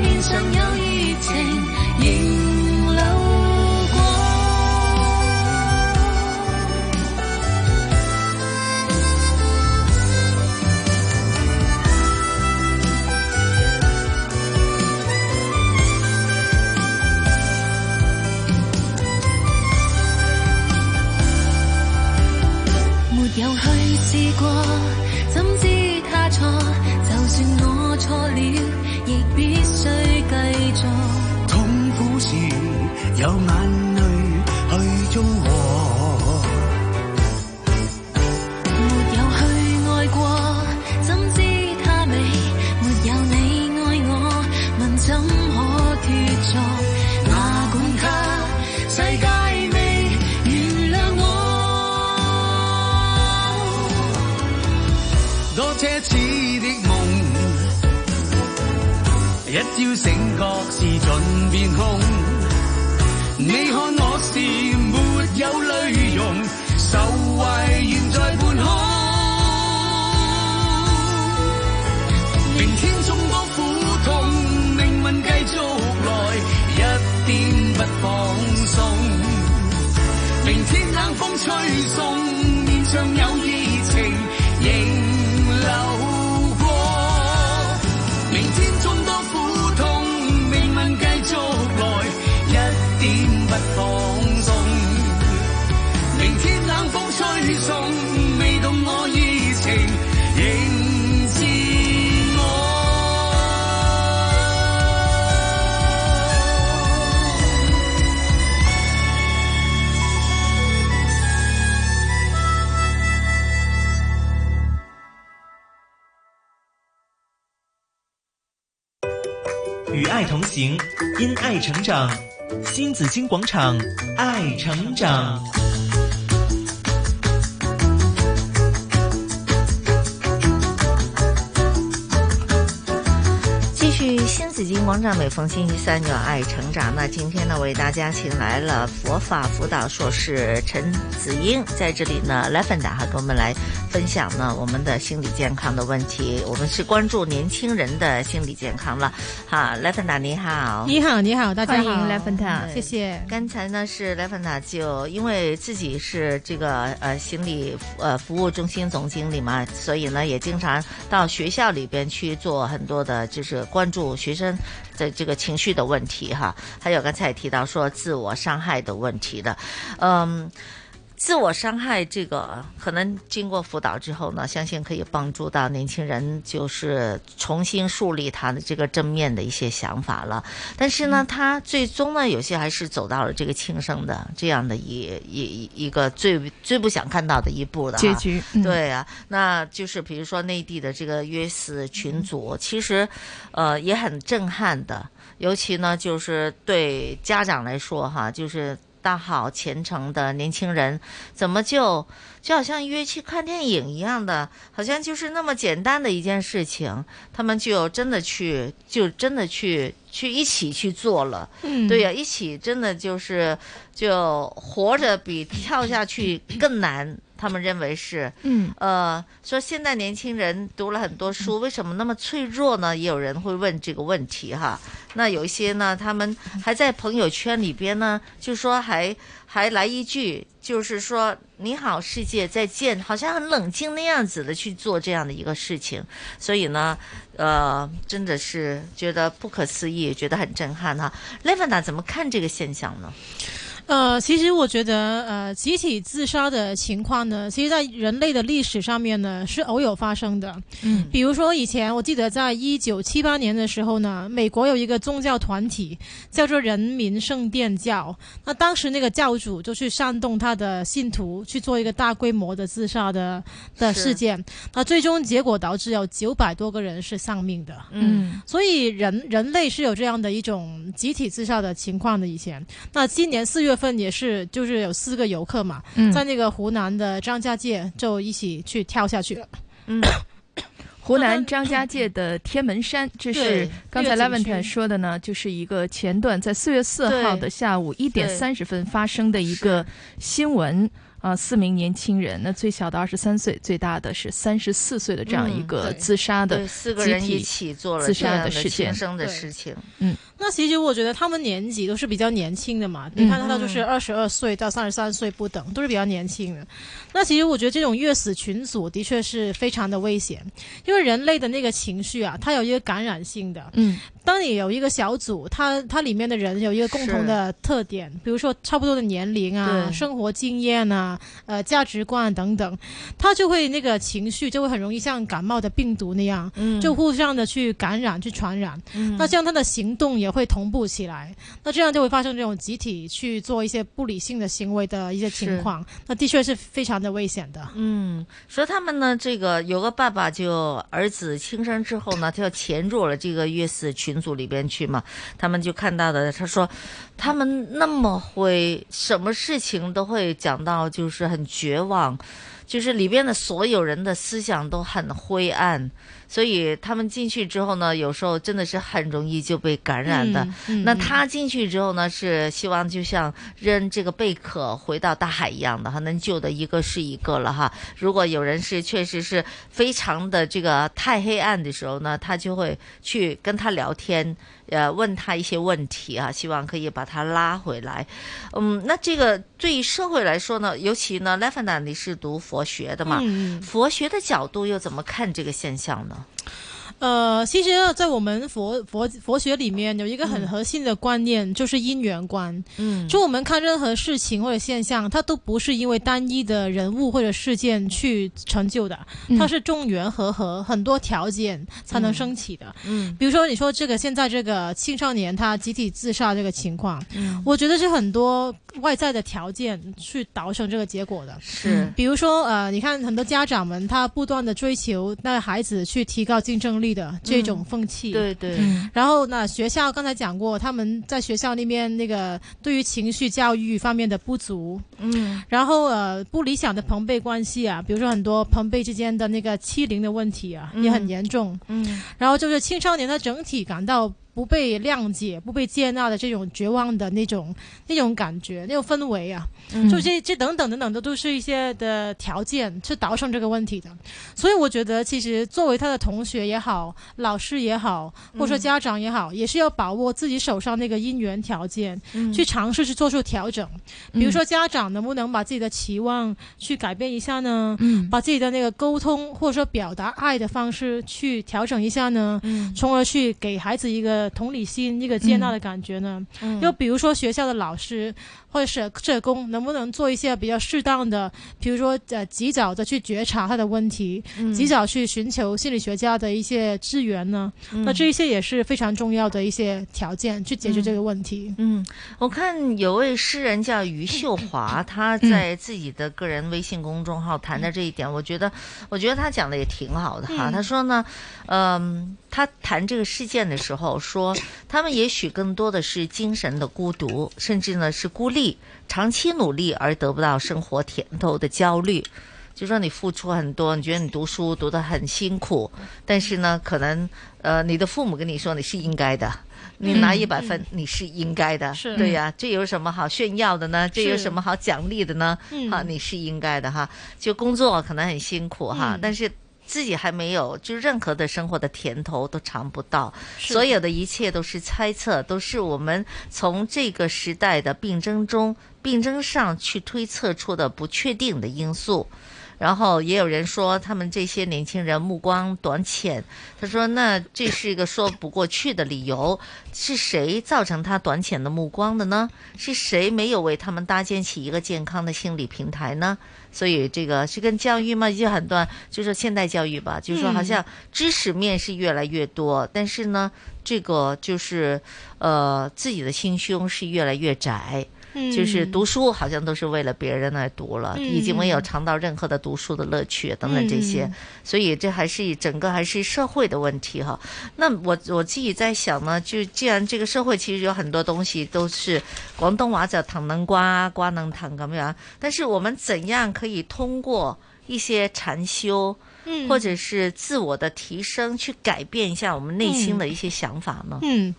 面上有熱情仍流過。沒有去試過，怎知他錯？就算我錯了，亦必須繼續。痛苦時有眼淚去中和，沒有去愛過，怎知他美？沒有你愛我，問怎可脱俗？哪管他，世界未原諒我。多奢侈的夢，一朝醒覺是盡變空。你看我是沒有淚容，愁懷懸在半空。明天眾多苦痛，命運繼續來，一點不放鬆。明天冷風吹送，面上有熱情仍流過。明天縱多苦痛，命運繼續來，一點不放鬆。明天冷風吹送，未動我熱情，仍自我。与爱同行，因爱成长。新紫金广场，爱成长。继续新紫金广场，每逢星期三有爱成长。那今天呢，为大家请来了佛法辅导硕士陈子英，在这里呢 l e v e n d a 哈跟我们来分享呢我们的心理健康的问题。我们是关注年轻人的心理健康了。好 l e v e n d a 你好，你好，你好，大家好，欢迎 Lavender 谢谢。刚才呢是 l e v e n d a 就因为自己是这个呃心理呃服务中心总经理嘛，所以呢也经常到学校里边去做很多的，就是关注学生的这个情绪的问题哈，还有刚才也提到说自我伤害的问题的，嗯。自我伤害这个，可能经过辅导之后呢，相信可以帮助到年轻人，就是重新树立他的这个正面的一些想法了。但是嗯呢，他最终呢，有些还是走到了这个轻生的这样的一一一一个最最不想看到的一步的哈结局嗯对啊，那就是比如说内地的这个约死群组，其实呃也很震撼的，尤其呢就是对家长来说哈，就是。大好前程的年轻人，怎么就就好像约去看电影一样的，好像就是那么简单的一件事情，他们就真的去，就真的去去一起去做了。嗯对呀、一起真的就是就活着比跳下去更难，他们认为是。嗯呃，说现在年轻人读了很多嗯书，为什么那么脆弱呢？也有人会问这个问题哈。那有一些呢，他们还在朋友圈里边呢，就说还还来一句。就是说“你好，世界，再见”，好像很冷静那样子的去做这样的一个事情，所以呢，呃，真的是觉得不可思议，觉得很震撼哈。Levina 怎么看这个现象呢？呃，其实我觉得，呃，集体自杀的情况呢，其实，在人类的历史上面呢，是偶有发生的。嗯，比如说以前，我记得在一九七八年的时候呢，美国有一个宗教团体叫做人民圣殿教，那当时那个教主就去煽动他的信徒去做一个大规模的自杀的的是事件，那最终结果导致有九百多个人是丧命的。嗯所以人人类是有这样的一种集体自杀的情况的。以前，那今年四月份也是，就是有四个游客嘛，嗯在那个湖南的张家界就一起去跳下去了。嗯，湖南张家界的天门山，这是对刚才这个景区 Levant 说的呢，就是一个前段在四月四号的下午一点三十分发生的一个新闻啊，四名年轻人，那最小的二十三岁，最大的是三十四岁的这样一个嗯对自杀的对，四个人集体一起做了自这杀样的事轻件，生的事情，嗯， 那其实我觉得他们年纪都是比较年轻的嘛，嗯你看到就是二十二岁到三十三岁不等，都是比较年轻的。那其实我觉得这种越死群组的确是非常的危险，因为人类的那个情绪啊，它有一个感染性的。嗯，当你有一个小组，它它里面的人有一个共同的特点，比如说差不多的年龄啊、对生活经验啊、呃价值观等等，它就会那个情绪就会很容易像感冒的病毒那样，嗯就互相的去感染、去传染。嗯那这样他的行动也会同步起来，那这样就会发生这种集体去做一些不理性的行为的一些情况，那的确是非常的危险的。嗯，说他们呢，这个有个爸爸就儿子轻生之后呢，他就潜入了这个月死群组里边去嘛。他们就看到的，他说他们那么会，什么事情都会讲到，就是很绝望，就是里边的所有人的思想都很灰暗，所以他们进去之后呢，有时候真的是很容易就被感染的。嗯嗯那嗯他进去之后呢，是希望就像扔这个贝壳回到大海一样的哈，能救的一个是一个了哈。如果有人是确实是非常的这个太黑暗的时候呢，他就会去跟他聊天，呃，问他一些问题啊，希望可以把他拉回来。嗯，那这个对于社会来说呢，尤其呢 l e f a n a 你是读佛学的嘛，嗯嗯佛学的角度又怎么看这个现象呢？呃，其实呢，在我们佛佛佛学里面有一个嗯很核心的观念，就是因缘观。嗯就我们看任何事情或者现象，它都不是因为单一的人物或者事件去成就的，嗯它是众缘和合，很多条件才能嗯升起的。嗯比如说，你说这个现在这个青少年他集体自杀这个情况，嗯我觉得是很多外在的条件去导成这个结果的。是比如说呃，你看很多家长们他不断的追求带孩子去提高竞争力的这种风气，对对嗯然后呢，学校刚才讲过，他们在学校那边那个对于情绪教育方面的不足，嗯然后呃不理想的朋辈关系啊，比如说很多朋辈之间的那个欺凌的问题啊，也很嗯严重。嗯然后就是青少年他整体感到不被谅解、不被接纳的这种绝望的那种那种感觉、那种氛围啊，嗯就这这等等等等的都是一些的条件是导向这个问题的。所以我觉得，其实作为他的同学也好、老师也好，或者说嗯家长也好，也是要把握自己手上那个因缘条件，嗯去尝试去做出调整。嗯比如说，家长能不能把自己的期望去改变一下呢？嗯把自己的那个沟通或者说表达爱的方式去调整一下呢，嗯从而去给孩子一个同理心、一个接纳的感觉呢。嗯又比如说学校的老师或者社社工，能不能做一些比较适当的，比如说呃及早的去觉察他的问题，嗯及早去寻求心理学家的一些支援呢？嗯那这一些也是非常重要的一些条件去解决这个问题。嗯，我看有位诗人叫余秀华，他在自己的个人微信公众号谈到这一点，我觉得，我觉得他讲的也挺好的哈。嗯他说呢，嗯，他谈这个事件的时候说，他们也许更多的是精神的孤独，甚至呢是孤立，长期努力而得不到生活甜头的焦虑。就说你付出很多，你觉得你读书读得很辛苦，但是呢，可能呃，你的父母跟你说你是应该的，你嗯拿一百分、你是应该的，嗯是对呀、这有什么好炫耀的呢？这有是什么好奖励的呢？嗯哈，你是应该的哈。就工作可能很辛苦哈，嗯但是。自己还没有，就任何的生活的甜头都尝不到，是所有的一切都是猜测，都是我们从这个时代的病症中病征上去推测出的不确定的因素。然后也有人说他们这些年轻人目光短浅，他说那这是一个说不过去的理由，是谁造成他短浅的目光的呢？是谁没有为他们搭建起一个健康的心理平台呢？所以这个是跟教育嘛，就很多就是现代教育吧，就是说好像知识面是越来越多，但是呢，这个就是呃自己的心胸是越来越窄。就是读书好像都是为了别人而读了，嗯已经没有尝到任何的读书的乐趣等等这些，嗯所以这还是整个还是社会的问题哈。那我我自己在想呢，就既然这个社会其实有很多东西都是广东话叫糖能瓜，瓜能糖咁样，但是我们怎样可以通过一些禅修？嗯或者是自我的提升，去改变一下我们内心的一些想法呢？嗯，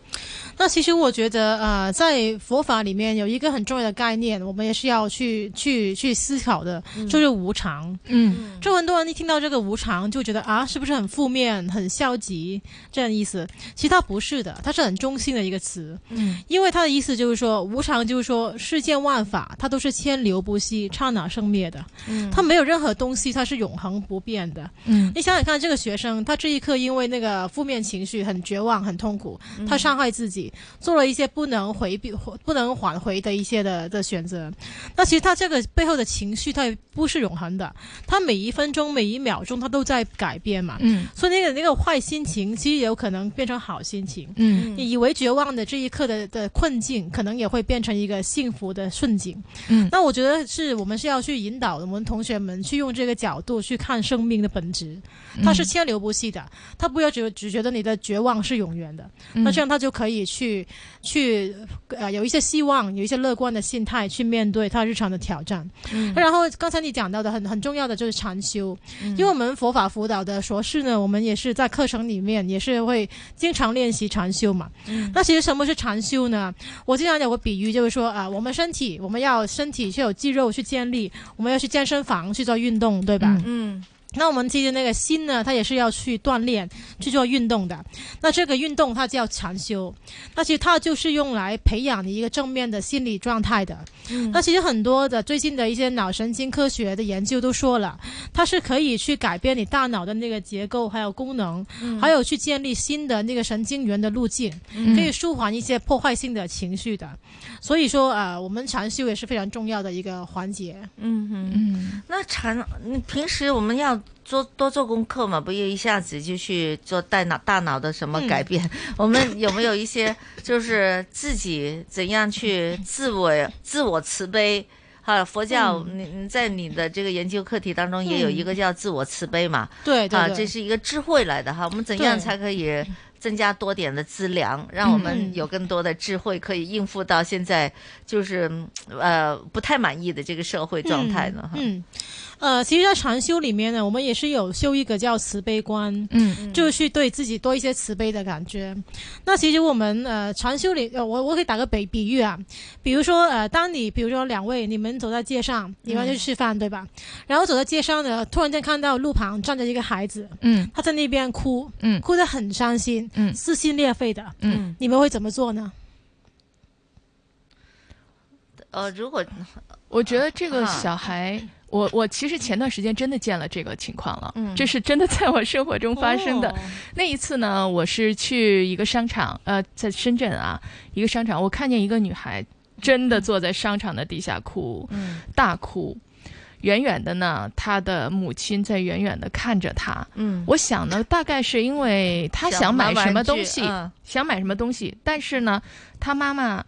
那其实我觉得，呃，在佛法里面有一个很重要的概念，我们也是要去去去思考的，就是无常。嗯，就很多人一听到这个无常，就觉得啊，是不是很负面、很消极这样意思？其实它不是的，它是很中性的一个词。嗯因为它的意思就是说，无常就是说世间万法它都是千流不息、刹那生灭的，嗯它没有任何东西它是永恒不变的。嗯你想想看，这个学生他这一刻因为那个负面情绪很绝望、很痛苦，嗯他伤害自己，做了一些不能回避、不能挽回的一些的的选择。那其实他这个背后的情绪，它也不是永恒的，他每一分钟、每一秒钟，他都在改变嘛。嗯所以那个那个坏心情，其实也有可能变成好心情。嗯你以为绝望的这一刻的的困境，可能也会变成一个幸福的顺境。嗯那我觉得是我们是要去引导我们同学们去用这个角度去看生命的本质，它是嗯千流不息的，它不要只只觉得你的绝望是永远的，嗯那这样他就可以去去呃有一些希望，有一些乐观的心态去面对他日常的挑战。嗯然后刚才你讲到的很很重要的就是禅修，因为我们佛法辅导的硕士呢，我们也是在课程里面也是会经常练习禅修嘛。嗯那其实什么是禅修呢？我经常有个比喻，就是说啊，我们身体我们要身体去有肌肉去建立，我们要去健身房去做运动，对吧？嗯。那我们其实那个心呢，它也是要去锻炼、去做运动的。那这个运动它叫禅修，那其实它就是用来培养你一个正面的心理状态的。嗯那其实很多的最近的一些脑神经科学的研究都说了，它是可以去改变你大脑的那个结构还有功能，嗯还有去建立新的那个神经元的路径，嗯可以舒缓一些破坏性的情绪的。所以说啊、呃我们禅修也是非常重要的一个环节。嗯哼，嗯，那禅，你平时我们要做多做功课嘛，不要一下子就去做大脑大脑的什嗯么改变。 我们有没有一些就是自己怎样去自我自我慈悲？啊，佛教，你你在你的这个研究课题当中也有一个嗯叫自我慈悲嘛？对对啊，对这是一个智慧来的哈。我们怎样对才可以增加多点的资粮，让我们嗯有更多的智慧可以应付到现在就是嗯呃不太满意的这个社会状态呢？哈嗯。嗯呃，其实，在禅修里面呢，我们也是有修一个叫慈悲观，嗯就是去对自己多一些慈悲的感觉。那其实我们呃禅修里，呃我我可以打个比比喻啊，比如说呃，当你比如说两位你们走在街上，你嗯们去吃饭、对吧？然后走在街上呢，突然间看到路旁站着一个孩子，嗯他在那边哭，嗯哭得很伤心，嗯撕心裂肺的，嗯你们会怎么做呢？呃，如果我觉得这个啊小孩，我我其实前段时间真的见了这个情况了，嗯哦这是真的在我生活中发生的。那一次呢，我是去一个商场，呃，在深圳啊，一个商场，我看见一个女孩真的坐在商场的地下哭，嗯大哭。远远的呢，她的母亲在远远的看着她。嗯我想呢，大概是因为她想想买买什么玩具东西，嗯想买什么东西，但是呢，她妈妈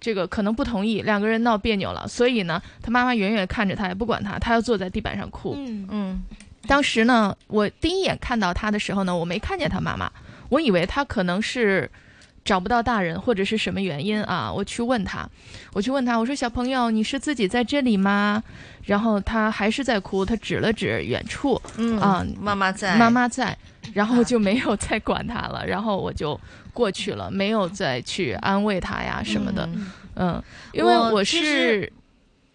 这个可能不同意，两个人闹别扭了，所以呢，她妈妈远远看着她，也不管她，她要坐在地板上哭。嗯嗯当时呢，我第一眼看到她的时候呢，我没看见她妈妈，我以为她可能是找不到大人或者是什么原因啊。我去问她，我去问她，我说：“小朋友，你是自己在这里吗？”然后她还是在哭，她指了指远处，嗯啊，妈妈在，啊妈妈在，然后就没有再管她了，然后我就过去了，没有再去安慰她呀什么的，嗯，因为我我其是实。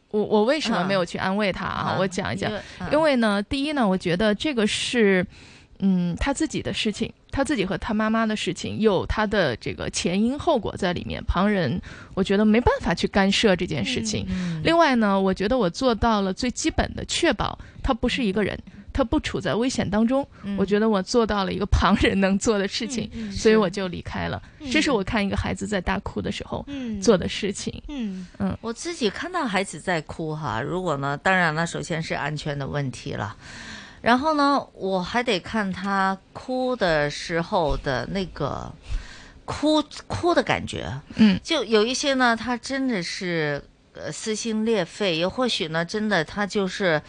我我为什么嗯没有去安慰她啊？啊我讲一讲因为，嗯因为呢，第一呢，我觉得这个是，嗯，他自己的事情，他自己和他妈妈的事情，有他的这个前因后果在里面，旁人我觉得没办法去干涉这件事情。另外呢，我觉得我做到了最基本的，确保他不是一个人，他不处在危险当中。嗯我觉得我做到了一个旁人能做的事情，嗯嗯所以是我就离开了。这是我看一个孩子在大哭的时候、嗯做的事情。嗯嗯，我自己看到孩子在哭哈，如果呢，当然了，首先是安全的问题了，然后呢，我还得看他哭的时候的那个哭哭的感觉，嗯，就有一些呢，他真的是呃撕心裂肺，也或许呢，真的他就是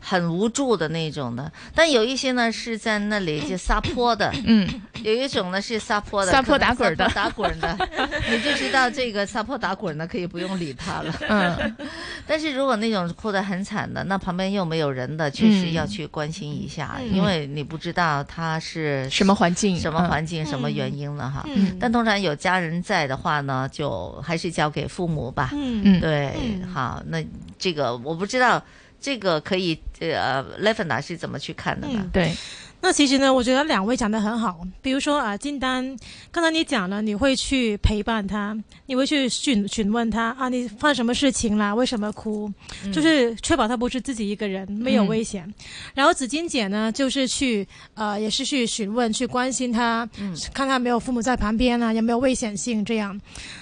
很无助的那种的，但有一些呢是在那里就撒泼的，嗯，有一种呢是撒泼的，撒可泼能打滚儿的撒泼打滚儿的， 你就知道这个撒泼打滚儿呢可以不用理他了，嗯， 但是如果那种哭得很惨的，那旁边又没有人的，确实要去关心一下，嗯因为你不知道他是什么环境什么环境、嗯什么原因了哈。嗯但通常有家人在的话呢，就还是交给父母吧。嗯嗯对，嗯好，那这个我不知道，这个可以呃 l e v e n d a 是怎么去看的呢？嗯对。那其实呢，我觉得两位讲的很好。比如说啊，金丹，刚才你讲了，你会去陪伴他，你会去询询问他啊，你发生什么事情啦？为什么哭？嗯就是确保他不是自己一个人，没有危险。然后紫金姐呢，就是去呃，也是去询问、去关心他，看他没有父母在旁边啊，有没有危险性这样。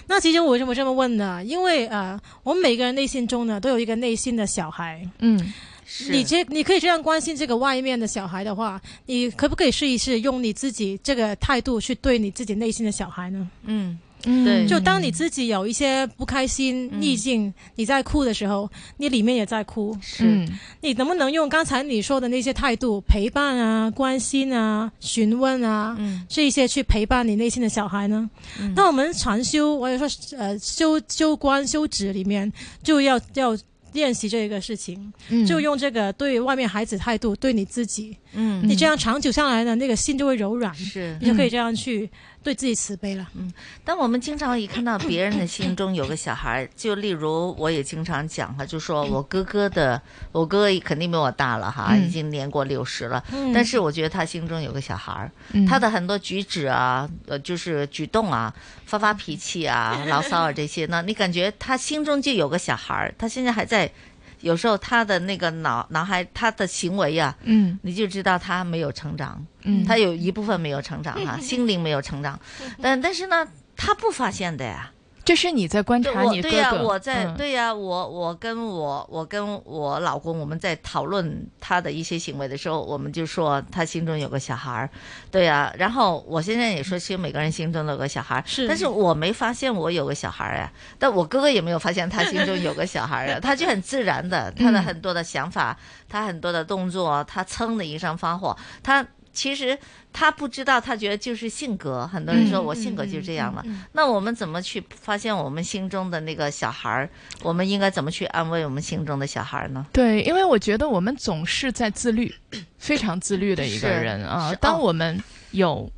那其实我为什么这么问呢？因为呃，我们每个人内心中呢，都有一个内心的小孩。嗯。你这你可以这样关心这个外面的小孩的话，你可不可以试一试用你自己这个态度去对你自己内心的小孩呢？嗯，对就当你自己有一些不开心、逆境，你在哭的时候，你里面也在哭。嗯你能不能用刚才你说的那些态度，陪伴啊、关心啊、询问啊，嗯这一些去陪伴你内心的小孩呢？那我们禅修，或者说呃修修观修止里面，就要要练习这个事情，嗯就用这个对外面孩子态度，对你自己，嗯你这样长久下来呢，那个心就会柔软，是你就可以这样去对自己慈悲了。嗯，但我们经常一看到 别人的心中有个小孩儿，就例如我也经常讲哈，就说我哥哥的，我哥哥肯定比我大了哈，嗯已经年过六十了，嗯但是我觉得他心中有个小孩儿，嗯他的很多举止啊，呃，就是举动啊，发发脾气啊， 牢骚啊这些呢，你感觉他心中就有个小孩儿，他现在还在。有时候他的那个脑脑海，他的行为啊呀、嗯你就知道他没有成长，嗯他有一部分没有成长 哈、心灵没有成长，但但是呢，他不发现的呀。这是你在观对察我你哥对哥。呀、我在、嗯对呀、我我跟我我跟我老公，我们在讨论他的一些行为的时候，我们就说他心中有个小孩儿，对呀、然后我现在也说，其实每个人心中都有个小孩儿，是但是我没发现我有个小孩儿呀、但我哥哥也没有发现他心中有个小孩儿呀、他就很自然的，他的嗯很多的想法，他很多的动作，他噌的一声发火，他。其实他不知道，他觉得就是性格。很多人说嗯我嗯性格就嗯这样了，嗯嗯那我们怎么去发现我们心中的那个小孩儿？我们应该怎么去安慰我们心中的小孩儿呢？对，因为我觉得我们总是在自 律，非常自律的一是个人啊是。当哦我们有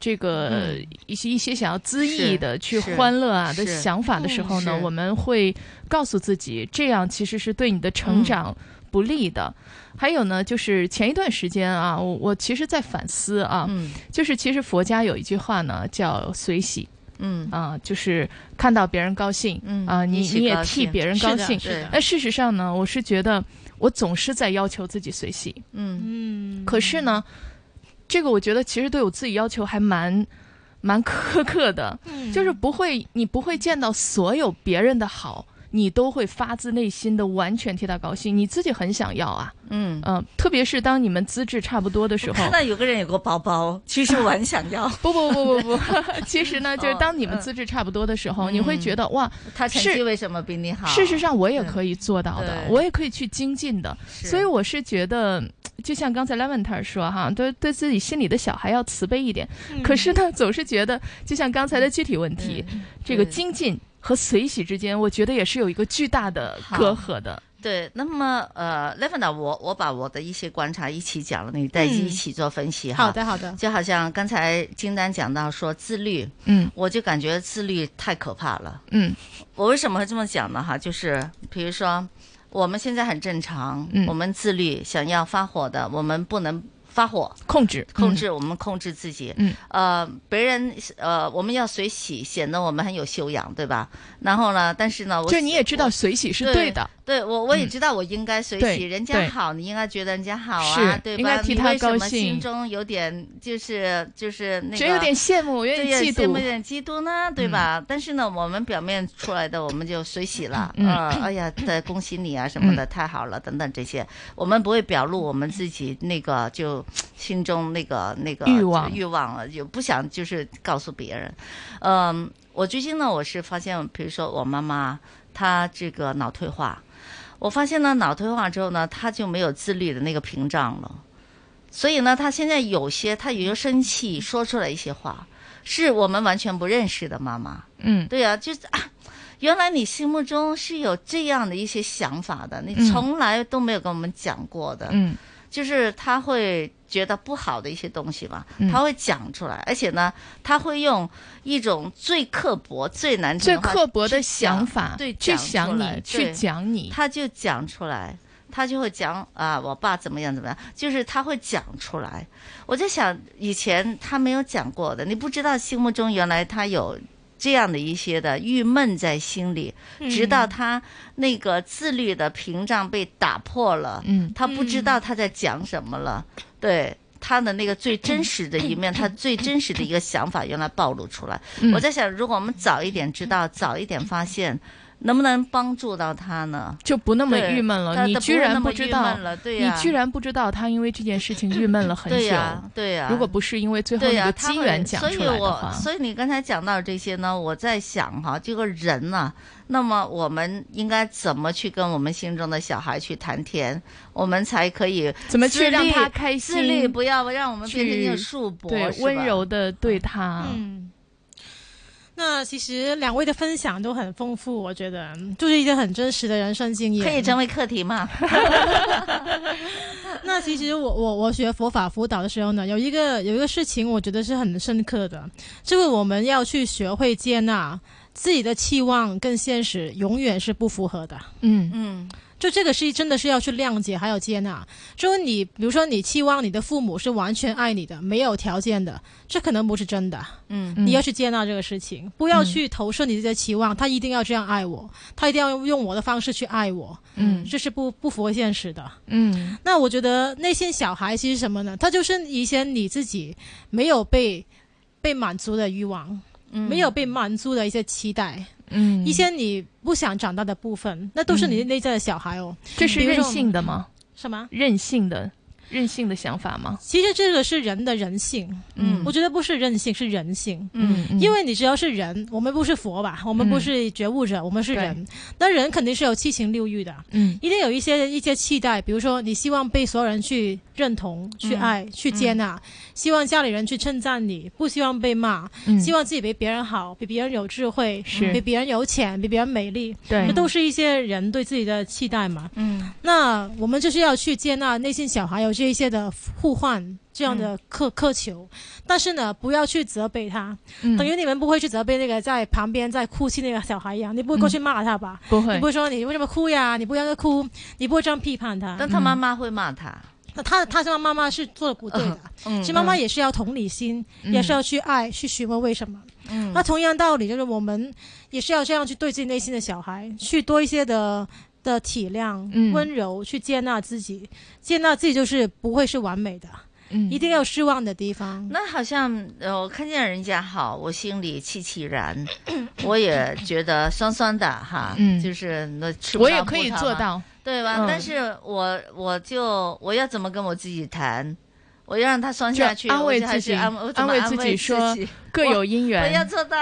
这个嗯一些一些想要恣意是的去是欢乐啊的是想法的时候呢嗯，是我们会告诉自己，这样其实是对你的成嗯长不利的。还有呢，就是前一段时间啊，我我其实在反思啊，嗯就是其实佛家有一句话呢，叫随喜。嗯啊，就是看到别人高兴，嗯啊，你一起你也高替兴别人是高的兴是的，那事实上呢，我是觉得我总是在要求自己随喜，嗯可是呢，这个我觉得其实对我自己要求还蛮蛮苛刻的，嗯就是不会你不会见到所有别人的好，你都会发自内心的完全替他高兴，你自己很想要啊，嗯呃特别是当你们资质差不多的时候看，到有个人有个包包，其实我很想要。不不不不不， 其实呢， 就是当你嗯们资质差不多的时候，你会觉得哇，他成是绩为什么比你好？事实上，我也可以做到的，对我也可以去精进的。是所以我是觉得，就像刚才 Lavender 说哈，对对自己心里的小孩要慈悲一点。嗯可是呢，总是觉得，就像刚才的具体问题，嗯这个精进和随喜之间，我觉得也是有一个巨大的隔阂的。对，那么呃 l e v e n d a 我我把我的一些观察一起讲了，你嗯再一起做分析哈。好的，好的。就好像刚才金丹讲到说自律，嗯我就感觉自律太可怕了。嗯我为什么会这么讲呢？哈，就是比如说，我们现在很正常，嗯我们自律，想要发火的，我们不能发火，控制控制，我们控制自己。嗯，呃，别人呃，我们要随喜，显得我们很有修养，对吧？然后呢，但是呢，我就你也知道随喜是对的，对我我也知道我应该随喜，嗯人对家好，你应该觉得人家好啊是，对吧？应该替他你为什么高兴心中有点就是就是那个，觉得有点羡慕有点对呀嫉妒羡慕有点嫉妒呢，对吧？但是呢，我们表面出来的我们就随喜了，嗯呃，哎呀，对，恭喜你啊什么的，太好了，等等这些，我们不会表露我们自己那个就心中那个那个欲望就欲望了，就不想就是告诉别人，嗯，我最近呢，我是发现，比如说我妈妈她这个脑退化，我发现呢脑退化之后呢，她就没有自律的那个屏障了，所以呢，她现在有些她有些生气说出来一些话，是我们完全不认识的妈妈。嗯，对啊，就是、啊、原来你心目中是有这样的一些想法的，你嗯从来都没有跟我们讲过的。嗯，就是他会觉得不好的一些东西吧，嗯他会讲出来，而且呢，他会用一种最刻薄、最难听最话刻薄的去讲想法对，去讲出想你来去对讲你他就讲出来。他就会讲啊，我爸怎么样怎么样，就是他会讲出来。我在想，以前他没有讲过的，你不知道心目中原来他有这样的一些的郁闷在心里，嗯直到他那个自律的屏障被打破了，嗯他不知道他在讲什么了，对。他的那个最真实的一 面，他最真实的一个想法，原来暴露出来。嗯我在想，如果我们早一点知道，早一点发现，能不能帮助到他呢？就不那么对郁闷了。他你他居不会然那么知郁道闷了，对你呀居然不知道他因为这件事情郁闷了很久。对呀对呀如果不是因为最后对那呀、个他机会缘讲出来所以的话我，所以你刚才讲到这些呢，我在想哈，这个人呢、那么我们应该怎么去跟我们心中的小孩去谈天，我们才可以怎么自去律让他开心？自律不要让我们变成一个去束缚，对，是温吧柔的对他。嗯，那其实两位的分享都很丰富，我觉得就是一些很真实的人生经验，可以成为课题嘛？ 那其实我我我学佛法辅导的时候呢，有一个有一个事情，我觉得是很深刻的，就是我们要去学会接纳自己的期望跟现实永远是不符合的。嗯嗯，就这个是真的是要去谅解，还有接纳。就是你，比如说你期望你的父母是完全爱你的，没有条件的，这可能不是真的。嗯你要去接纳这个事情，不要去投射你自己的期望，他一定要这样爱我，他一定要用我的方式去爱我。嗯这是不不符合现实的。嗯那我觉得内心小孩其实什么呢？他就是一些你自己没有被被满足的欲望，嗯没有被满足的一些期待，嗯，一些你不想长大的部分，那都是你嗯内在的小孩哦。这是比如任说性的吗？什么？任性的任性的想法吗？其实这个是人的人性，嗯我觉得不是任性，是人性，嗯嗯因为你只要是人，我们不是佛吧，我们不是觉悟者，我们是人，那人肯定是有七情六欲的，嗯一定有一些一些期待，比如说你希望被所有人去认同、去爱、嗯去接纳，希望家里人去称赞你，不希望被骂，嗯希望自己比别人好，比别人有智慧，是比别人有钱，比别人美丽，对这都是一些人对自己的期待嘛。嗯那我们就是要去接纳内心小孩有这一些的互换。这样嗯的苛苛求，但是呢，不要去责备他，嗯等于你们不会去责备那个在旁边在哭泣那个小孩一样，你不会过去骂他吧？嗯不会你不会说你为什么哭呀？你不要哭，你不会这样批判他。嗯但他妈妈会骂他。那他他说妈妈是做的不对的，嗯其实妈妈也是要同理心，嗯也是要去爱，去询问为什么。嗯那同样道理，就是我们也是要这样去对自己内心的小孩，去多一些的的体谅、嗯温柔，去接纳自己，接纳自己就是不会是完美的，嗯一定要有失望的地方。那好像呃，我看见人家好，我心里凄凄 然，我也觉得酸酸的哈，嗯就是那吃不我也到可葡以萄做嘛到，对吧？嗯但是我我就我要怎么跟我自己谈？我要让他酸下去，就安我慰就还自是己，安我怎么慰安己说己各有因我要缘，做到。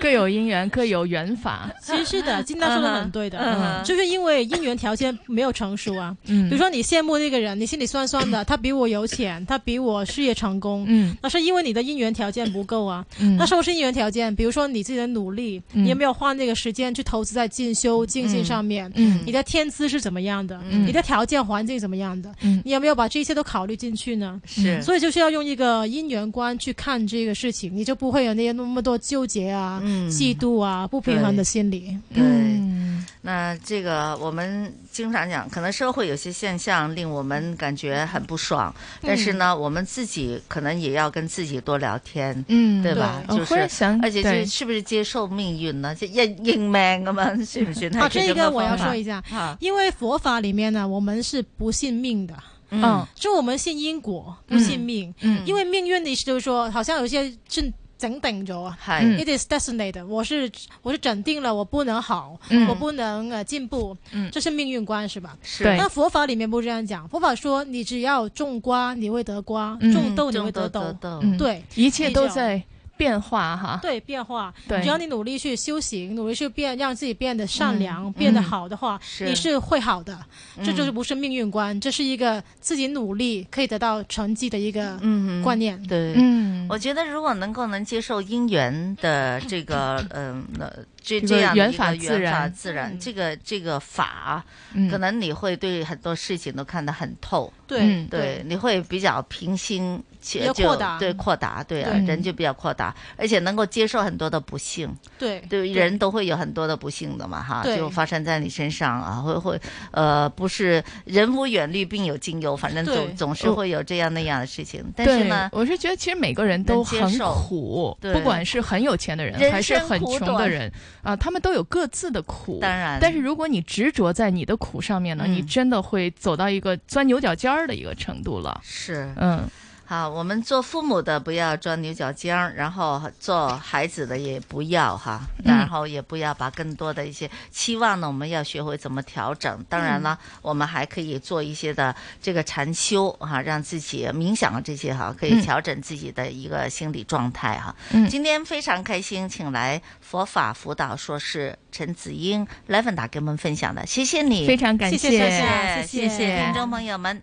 各有因缘，各有缘法。 其实是 的，金丹说的很对的，嗯哼就是因为姻缘条件没有成熟啊。嗯比如说你羡慕那个人，你心里酸酸的，他比我有钱，他比我事业成功，嗯那是因为你的姻缘条件不够啊。嗯那时候是姻缘条件，比如说你自己的努力，嗯你有没有花那个时间去投资在进修、精进上面？嗯你的天资是怎么样的？嗯你的条件环境怎么样的？嗯你有没有把这些都考虑进去呢？是所以就是要用一个姻缘观去看这个事情，你就不会有那些那么多纠结啊、嗯嫉妒啊、不平衡的心理。对嗯那这个我们经常讲，可能社会有些现象令我们感觉很不爽，但是呢，我们自己可能也要跟自己多聊天，嗯对吧？对就我忽是然想而且就对是是不是接受命运呢？就认认命咁 样，算唔算？啊，这个我要说一下，下，因为佛法里面呢，我们是不信命的。嗯，就我们信因果，不信命。嗯因为命运的意思就是说，好像有些是整定咗啊是，it is destined。我是我是整定了，我不能好，嗯我不能呃进步，嗯这是命运观是吧？是对那佛法里面不是这样讲，佛法说你只要种瓜，你会得瓜；嗯种豆你会得种豆豆嗯得豆。对，一切都你只要在变化哈。对变化，啊对只要你努力去修行，努力去变，让自己变得善良，嗯变得嗯好的话，是你是会好的。这就是嗯不是命运观，这是一个自己努力可以得到成绩的一个嗯观念。对，嗯，我觉得如果能够能接受因缘的这 个，嗯、那这这这个样的缘一法个自缘法然自然，这个这个法，嗯可能你会对很多事情都看得很透，对嗯对对，你会比较平心，且比较就扩达对扩达，对啊，对人就比较扩达，而且能够接受很多的不幸，对对，人都会有很多的不幸的嘛，哈，对就发生在你身上啊，会会，呃，不是人无远虑，必有近忧，反正对总总是我会有这样那样的事情，但是呢，对我是觉得其实每个人都能接很哦受苦，对不管是很有钱的人人还是生很苦穷的短人啊，他们都有各自的苦。当然但是如果你执着在你的苦上面呢，你嗯真的会走到一个钻牛角尖儿的一个程度了。是，嗯，好，我们做父母的不要钻牛角尖儿，然后做孩子的也不要哈，嗯然后也不要把更多的一些期望呢，我们要学会怎么调整。当然了，嗯我们还可以做一些的这个禅修哈，让自己冥想这些哈，可以嗯调整自己的一个心理状态哈。嗯今天非常开心，请来佛法辅导硕士陈子英来芬达给我们分享的，谢谢你，非常感谢谢谢谢莎莎谢谢谢听众朋友们。